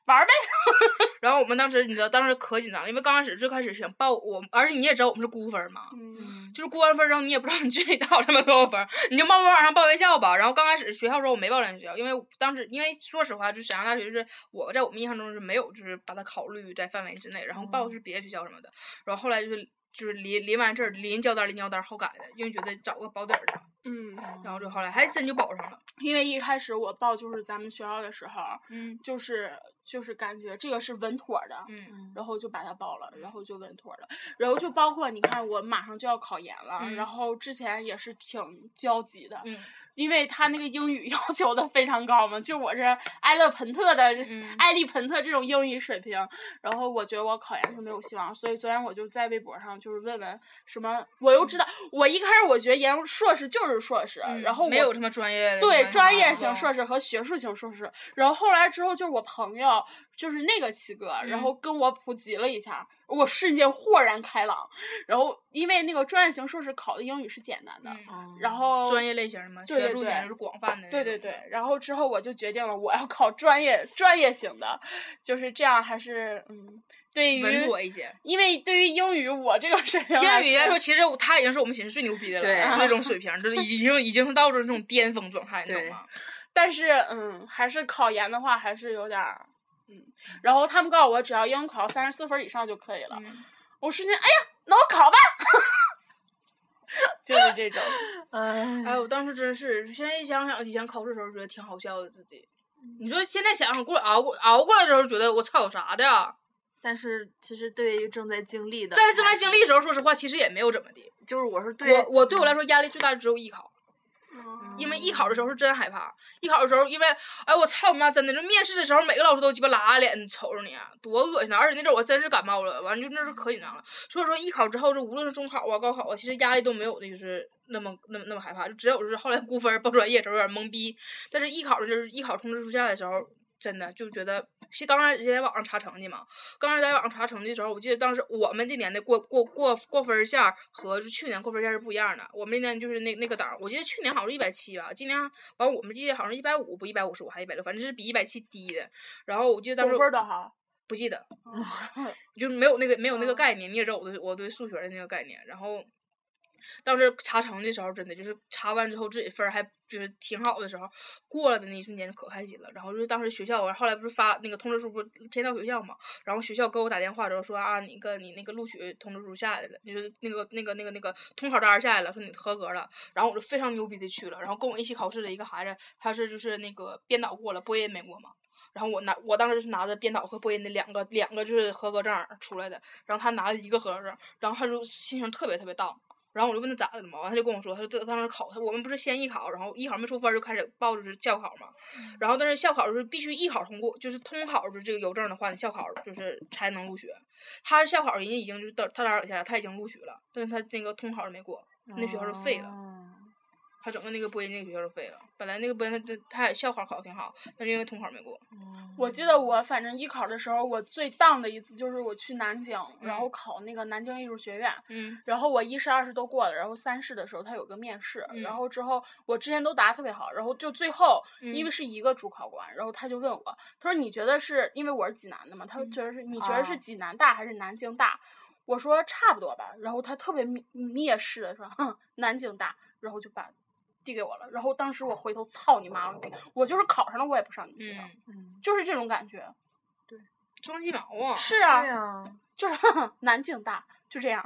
[SPEAKER 4] 玩儿呗，
[SPEAKER 3] 然后我们当时你知道，当时可紧张了，因为刚开始最开始想报我，而且你也知道我们是估分儿嘛，
[SPEAKER 4] 嗯
[SPEAKER 3] 就是估完分儿之后你也不知道你具体到他妈多少分儿，你就慢慢往上报学校吧。然后刚开始学校的时候我没报咱学校，因为当时因为说实话，就是沈阳大学就是我在我们印象中是没有就是把它考虑在范围之内，然后报的
[SPEAKER 4] 嗯
[SPEAKER 3] 是别的学校什么的。然后后来就是就是临临完事儿临交单儿临交单儿后改的，因为觉得找个保底儿的，
[SPEAKER 4] 嗯，
[SPEAKER 3] 然后就后来还真就保上了。
[SPEAKER 4] 因为一开始我报就是咱们学校的时候，
[SPEAKER 3] 嗯
[SPEAKER 4] 就是就是感觉这个是稳妥儿的，
[SPEAKER 3] 嗯
[SPEAKER 4] 然后就把它报了，然后就稳妥了。然后就包括你看，我马上就要考研了，
[SPEAKER 3] 嗯
[SPEAKER 4] 然后之前也是挺焦急的，
[SPEAKER 3] 嗯
[SPEAKER 4] 因为他那个英语 要求的非常高嘛，就我这埃勒彭特的、
[SPEAKER 3] 嗯
[SPEAKER 4] 埃利彭特这种英语水平，然后我觉得我考研是没有希望，所以昨天我就在微博上就是问问什么，我又知道，我一开始我觉得研硕士就是硕士，
[SPEAKER 3] 嗯，
[SPEAKER 4] 然后我
[SPEAKER 3] 没有什么专业的啊
[SPEAKER 4] 对
[SPEAKER 3] 那
[SPEAKER 4] 专
[SPEAKER 3] 啥
[SPEAKER 4] 业
[SPEAKER 3] 的
[SPEAKER 4] 型硕士和学术型硕士。然后后来之后就是我朋友，就是那个七哥，然
[SPEAKER 3] 嗯
[SPEAKER 4] 后跟我普及了一下，我瞬间豁然开朗。然后因为那个专业型硕士考的英语是简单的，
[SPEAKER 3] 嗯
[SPEAKER 4] 然后
[SPEAKER 3] 专业类型嘛，
[SPEAKER 4] 对对
[SPEAKER 3] 学术型
[SPEAKER 4] 对
[SPEAKER 3] 就是广泛的。
[SPEAKER 4] 对对。对，然后之后我就决定了，我要考专业专业型的，就是这样，还是嗯，对于
[SPEAKER 3] 稳妥一些，
[SPEAKER 4] 因为对于英语我这个水平
[SPEAKER 3] 英语来
[SPEAKER 4] 说
[SPEAKER 3] 说，其实我他已经是我们寝室最牛逼的了，
[SPEAKER 5] 对
[SPEAKER 3] 就那种水平，就是已经已经到了那种巅峰状态，你懂
[SPEAKER 5] 对
[SPEAKER 3] 吗？
[SPEAKER 4] 但是嗯，还是考研的话，还是有点儿然后他们告诉我，只要英语考三十四分以上就可以了。
[SPEAKER 3] 嗯
[SPEAKER 4] 我瞬间，哎呀，那我考吧， 就是这 种。
[SPEAKER 5] 哎，
[SPEAKER 3] 哎，我当时真是，现在一想想以前考试的时候，觉得挺好笑的自己。你说现在想想过熬过熬过来的时候，觉得我操有啥的呀？
[SPEAKER 5] 但是其实对于正在经历的，
[SPEAKER 3] 但是正在经历的时候，说实话，其实也没有怎么地。
[SPEAKER 5] 就是我是对
[SPEAKER 3] 我我对我嗯哦来说压力最大的只有艺考，因为艺考的时候是真害怕。艺考的时候，因为哎我操你妈，真的就面试的时候，每个老师都鸡巴拉着脸瞅着你、多恶心啊！而且那阵儿我真是感冒了，完了就那是可紧张了。所以说艺考之后，就无论是中考啊、高考啊，其实压力都没有的，就是那么那么那么害怕。就只有就是后来估分儿报专业的时候有点懵逼，但是艺考就是艺考通知书下来的时候。真的就觉得，是刚开始在网上查成绩嘛，刚开始在网上查成绩的时候，我记得当时我们这年的过过过过分儿线儿和就去年过分儿线儿是不一样的。我们那年就是那那个档儿，我记得去年好像是一百七吧，今年完我们记得好像一百五不一百五十五还一百六，反正是比一百七低的。然后我记得当时
[SPEAKER 4] 总分多少？
[SPEAKER 3] 不记得，就是没有那个没有那个概念，你也知道我对我对数学的那个概念。然后当时查成绩的时候，真的就是查完之后自己分儿还就是挺好的时候，过了的那一瞬间可开心了。然后就是当时学校，我后来不是发那个通知书，不是先到学校嘛，然后学校给我打电话之后说啊，你个你那个录取通知书下来了，就是那个那个那个那个统考单儿下来了，说你合格了。然后我就非常牛逼的去了，然后跟我一起考试的一个孩子，他是就是那个编导过了，播音没过嘛。然后我拿，我当时是拿着编导和播音的两个两个就是合格证儿出来的，然后他拿了一个合格证儿，然后他就心情特别特别 down。然后我就问他咋的了嘛，完他就跟我说，他说他当时考，他我们不是先艺考，然后艺考没出分儿就开始报就是校考嘛，然后但是校考是必须艺考通过，就是通考就是这个邮政的话，你校考就是才能入学。他是校考人家已经就是到他打扰一下，他已经入学了，但是他那个通考是没过，那学校是废了。
[SPEAKER 5] 哦
[SPEAKER 3] 他整个那个播音那个学校是废了，本来那个播音他他他也校考考得挺好，但是因为统考没过，
[SPEAKER 4] 我记得我反正艺考的时候，我最荡的一次就是我去南京，然后考那个南京艺术学院，
[SPEAKER 3] 嗯
[SPEAKER 4] 然后我一试、二试都过了，然后三试的时候他有个面试，然后之后我之前都答得特别好，然后就最后、因为是一个主考官，然后他就问我，他说你觉得是因为我是济南的嘛，他觉得是你觉得是
[SPEAKER 5] 啊
[SPEAKER 4] 济南大还是南京大？我说差不多吧，然后他特别蔑蔑视的说，哼，南京大，然后就把递给我了，然后当时我回头操你妈了个逼，我就是考上了我也不上你学校，
[SPEAKER 3] 嗯，
[SPEAKER 4] 就是这种感觉，
[SPEAKER 3] 装鸡毛啊，
[SPEAKER 4] 是啊，
[SPEAKER 5] 对呀，
[SPEAKER 4] 就是 南京大，就这样。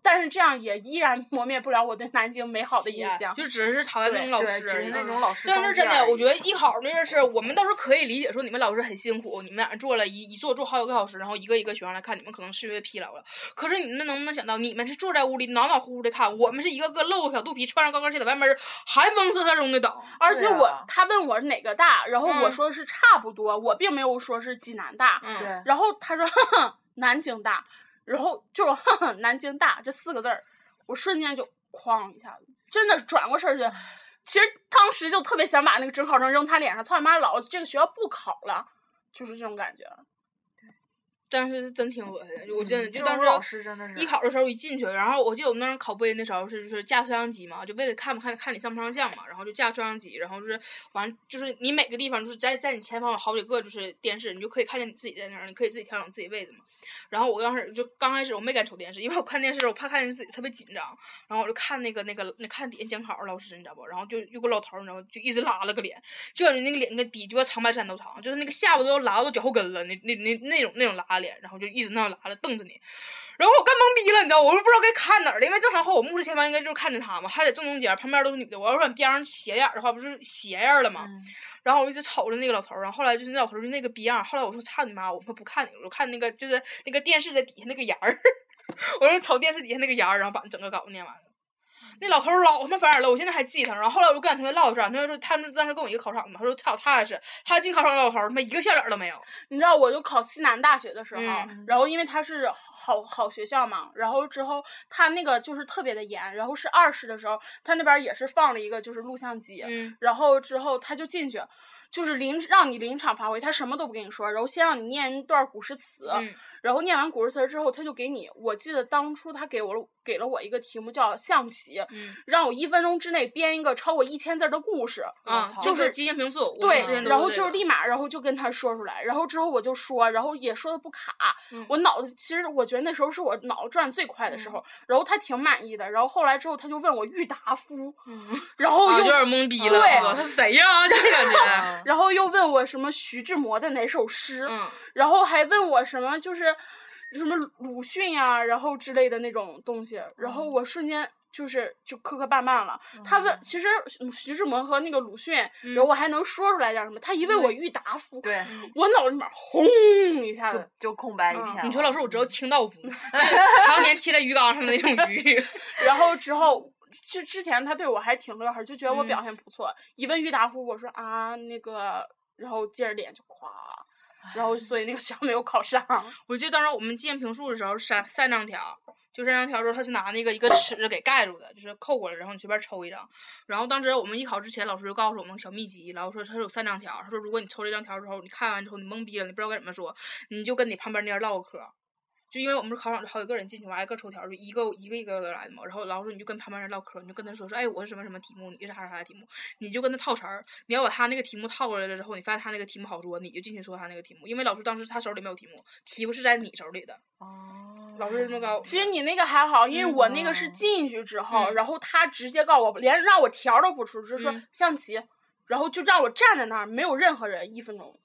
[SPEAKER 4] 但是这样也依然磨灭不了我对南京美好的
[SPEAKER 3] 是
[SPEAKER 4] 印
[SPEAKER 3] 啊
[SPEAKER 4] 象。
[SPEAKER 3] 就只是讨厌那种老
[SPEAKER 5] 对，
[SPEAKER 3] 师嗯而
[SPEAKER 5] 只
[SPEAKER 3] 已
[SPEAKER 5] 是。那种老师
[SPEAKER 3] 这
[SPEAKER 5] 当劲
[SPEAKER 3] 是
[SPEAKER 5] 儿而已，
[SPEAKER 3] 真的，我觉得艺考那件事儿，我们倒是可以理解，说你们老师很辛苦，你们俩做了一一做做好几个小时，然后一个一个学生来看，你们可能视觉疲劳了。可是你们能不能想到，你们是坐在屋里暖暖乎乎的看，我们是一个个露着小肚皮，穿上高跟鞋在外面儿寒风瑟瑟中的等。
[SPEAKER 4] 而且
[SPEAKER 5] 对
[SPEAKER 4] 我、
[SPEAKER 5] 啊
[SPEAKER 4] 他问我哪个大，然后我
[SPEAKER 3] 嗯
[SPEAKER 4] 说的是差不多，我并没有说是济南大。
[SPEAKER 3] 嗯，
[SPEAKER 5] 对，
[SPEAKER 4] 然后他说 南京大，然后就是 南京大这四个字儿，我瞬间就哐一下子，真的转过身儿去。其实当时就特别想把那个准考证扔他脸上，操你妈老子这个学校不考了，就是这种感觉。
[SPEAKER 3] 但是真挺恶心的，我真的
[SPEAKER 5] 嗯这
[SPEAKER 3] 就当
[SPEAKER 5] 种
[SPEAKER 3] 时
[SPEAKER 5] 老师真的是啊
[SPEAKER 3] 艺考的时候一进去，然后我记得我们当时考播音的时候是就是架摄像机嘛，就为了看不看看你上不上相嘛，然后就架摄像机，然后就是完就是你每个地方就是在在你前方有好几个就是电视，你就可以看见你自己在那儿，你可以自己调整自己位置嘛。然后我当时就刚开始我没敢瞅电视，因为我看电视我怕看见自己特别紧张，然后我就看那个那个那看底下监考老师你知道不？然后就有个老头儿你知道吗？就一直拉了个脸，就感觉那个脸跟比鸡巴长白山都长，就是那个下巴都要拉到脚后跟了，那那那那种那种拉脸，然后就一直那样拉着瞪着你。然后我干懵逼了，你知道，我都不知道该看哪儿了，因为正常话我目视前方应该就是看着他嘛，他在正中间，旁边都是女的，我要是往边上斜眼儿的话，不是斜眼儿了吗？
[SPEAKER 5] 嗯
[SPEAKER 3] 然后我一直瞅着那个老头儿，然后后来就是那老头儿就那个逼样儿，后来我说操你妈，我他妈不看你了，我看那个就是那个电视的底下那个沿儿， 我说瞅电视底下那个沿儿，然后把整个稿子念完了。那老头儿老他妈烦人了，我现在还记他。然后后来我就跟俺同学唠一声，俺同学说他们当时跟我一个考场的嘛，他说操他也是，他进考场的老头儿他妈一个笑脸儿都没有。
[SPEAKER 4] 你知道，我就考西南大学的时候，
[SPEAKER 3] 嗯
[SPEAKER 4] 然后因为它是好好学校嘛，然后之后它那个就是特别的严，然后是二试的时候，它那边儿也是放了一个就是录像机，
[SPEAKER 3] 嗯
[SPEAKER 4] 然后之后他就进去，就是临让你临场发挥，他什么都不跟你说，然后先让你念一段古诗词，
[SPEAKER 3] 嗯
[SPEAKER 4] 然后念完古诗词儿之后，他就给你，我记得当初他给我了给了我一个题目叫象棋，
[SPEAKER 3] 嗯
[SPEAKER 4] 让我一分钟之内编一个超过一千字儿的故事。
[SPEAKER 3] 啊
[SPEAKER 5] 操，
[SPEAKER 3] 就
[SPEAKER 4] 就是
[SPEAKER 3] 是基因平素，我们
[SPEAKER 4] 对
[SPEAKER 3] 之前，都
[SPEAKER 4] 然后
[SPEAKER 3] 这
[SPEAKER 4] 就是
[SPEAKER 3] 个
[SPEAKER 4] 立马，然后就跟他说出来，然后之后我就说，然后也说的不卡，
[SPEAKER 3] 嗯
[SPEAKER 4] 我脑子其实我觉得那时候是我脑子转最快的时候，然后他挺满意的，然后后来之后他就问我郁达夫，然后
[SPEAKER 3] 啊
[SPEAKER 4] 又、
[SPEAKER 3] 有点懵逼了，
[SPEAKER 4] 对
[SPEAKER 3] 我他是谁呀？ 就这感觉，
[SPEAKER 5] 啊
[SPEAKER 4] 然后又问我什么徐志摩的哪首诗，
[SPEAKER 3] 嗯，
[SPEAKER 4] 然后还问我什么就是什么鲁迅呀、然后之类的那种东西，然
[SPEAKER 3] 嗯
[SPEAKER 4] 后我瞬间。就是就磕磕绊绊了，他问，其实嗯徐志摩和那个鲁迅，然
[SPEAKER 3] 嗯
[SPEAKER 4] 后我还能说出来点什么。他一问我郁达夫，
[SPEAKER 5] 对，
[SPEAKER 4] 我脑子里面轰一下
[SPEAKER 5] 就
[SPEAKER 4] 子，
[SPEAKER 5] 就空白一
[SPEAKER 4] 嗯
[SPEAKER 5] 片了。
[SPEAKER 3] 你说老师，我知道清 道夫，就是常年贴在鱼缸上的那种鱼，
[SPEAKER 4] 然后之后。之之前他对我还挺乐呵，就觉得我
[SPEAKER 3] 嗯
[SPEAKER 4] 表现不错。一问郁达夫，我说啊那个，然后接着脸就垮，然后所以那个学校没有考上。
[SPEAKER 3] 我记得当时我们纪念评述的时候，三三张条，就三张条之后，他是拿那个一个尺给盖住的，就是扣过来，然后你随便抽一张。然后当时我们艺考之前，老师就告诉我们小秘籍，然后说他有三张条，他说如果你抽这张条之后，你看完之后你懵逼了，你不知道该怎么说，你就跟你旁边那人唠个嗑儿。就因为我们是考场，好几个人进去，我挨个抽条，就一个一个一个的来嘛。然后老师你就跟旁边人唠嗑儿，你就跟他说说，哎，我是什么什么题目，你是啥啥啥题目，你就跟他套词儿。你要把他那个题目套过来了之后，你发现他那个题目好说，你就进去说他那个题目，因为老师当时他手里没有题目，题目是在你手里的。
[SPEAKER 5] 哦
[SPEAKER 3] 老师这么高，
[SPEAKER 4] 其实你那个还好，因为我那个是进去之后，然后他直接告我，连让我条儿都不出，就说
[SPEAKER 3] 嗯
[SPEAKER 4] 象棋，然后就让我站在那儿，没有任何人，一分钟。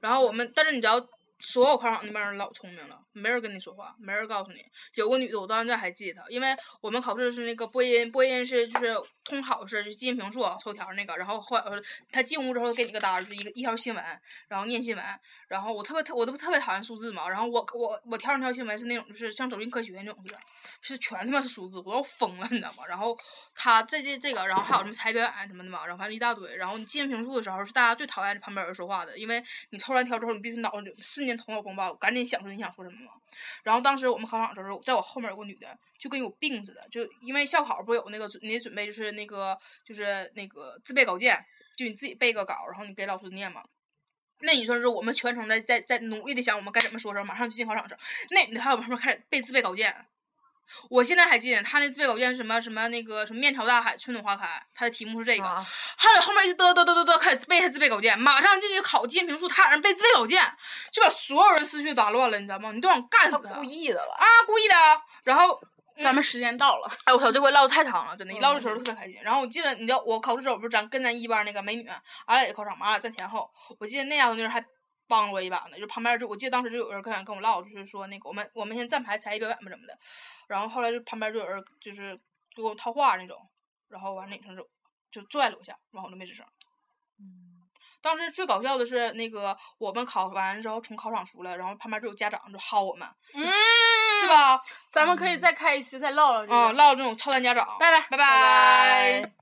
[SPEAKER 3] 然后我们，但是你知道，所有考场那帮人老聪明了，没人跟你说话，没人告诉你。有个女的，我到现在还记得她，因为我们考试是那个播音，播音是就是通考试，就是基因评述抽条那个。然后后来呃他进屋之后给你个单儿，就是一个一条新闻，然后念新闻。然后我特别特，我都特别讨厌数字嘛。然后我我我挑那条新闻是那种就是像走进科学那种似的，是全他妈是数字，我要疯了，你知道吗？然后他这这这个，然后还有什么才表演什么的嘛，然后反正一大堆。然后你进行评述的时候，是大家最讨厌旁边有人说话的，因为你抽完条之后，你必须脑子里瞬间头脑风暴，赶紧想出你想说什么嘛。然后当时我们考场的时候，在我后面有个女的，就跟有病似的，就因为校考不是有那个准你准备就是那个就是那个自备稿件，就你自己背个稿，然后你给老师念嘛。那你说是我们全程在在在努力的想我们该怎么说的时候，马上就进考场的时候，那女的还有旁边开始背自备稿件，我现在还记得他那自备稿件是什么什么那个什么面朝大海，春暖花开，他的题 目是这个。
[SPEAKER 5] 啊
[SPEAKER 3] 他在后面一直嘚嘚嘚嘚嘚开始背他自备稿件，马上进去考进评述，他让人背自备稿件，就把所有人思绪打乱了，你知道吗？你都想干
[SPEAKER 5] 他
[SPEAKER 3] 死他
[SPEAKER 5] 故意的了。
[SPEAKER 3] 啊，故意的。然后
[SPEAKER 4] 咱们时间到了，
[SPEAKER 3] 嗯哎，我操，这回唠的太长了，真的，一唠的时候特别开心。然后我记得，你知道我考试时候不是咱跟咱一班那个美女，俺俩也考场嘛，俺俩站前后。我记得那丫头那人还帮了我一把呢，就旁边就我记得当时就有人跟想跟我唠，就是说那个我们我们先站牌才艺表演吧什么的。然后后来就旁边就有人就是就给我套话那种，然后完了那女生就就拽了我一下，然后我就没吱声。嗯当时最搞笑的是，那个我们考完之后从考场出来，然后旁边就有家长就薅我们，
[SPEAKER 4] 嗯，
[SPEAKER 3] 是吧？
[SPEAKER 4] 哦咱们可以再开一期再唠唠这个。
[SPEAKER 3] 嗯，唠这种操蛋家长。
[SPEAKER 4] 拜拜拜
[SPEAKER 3] 拜拜
[SPEAKER 4] 拜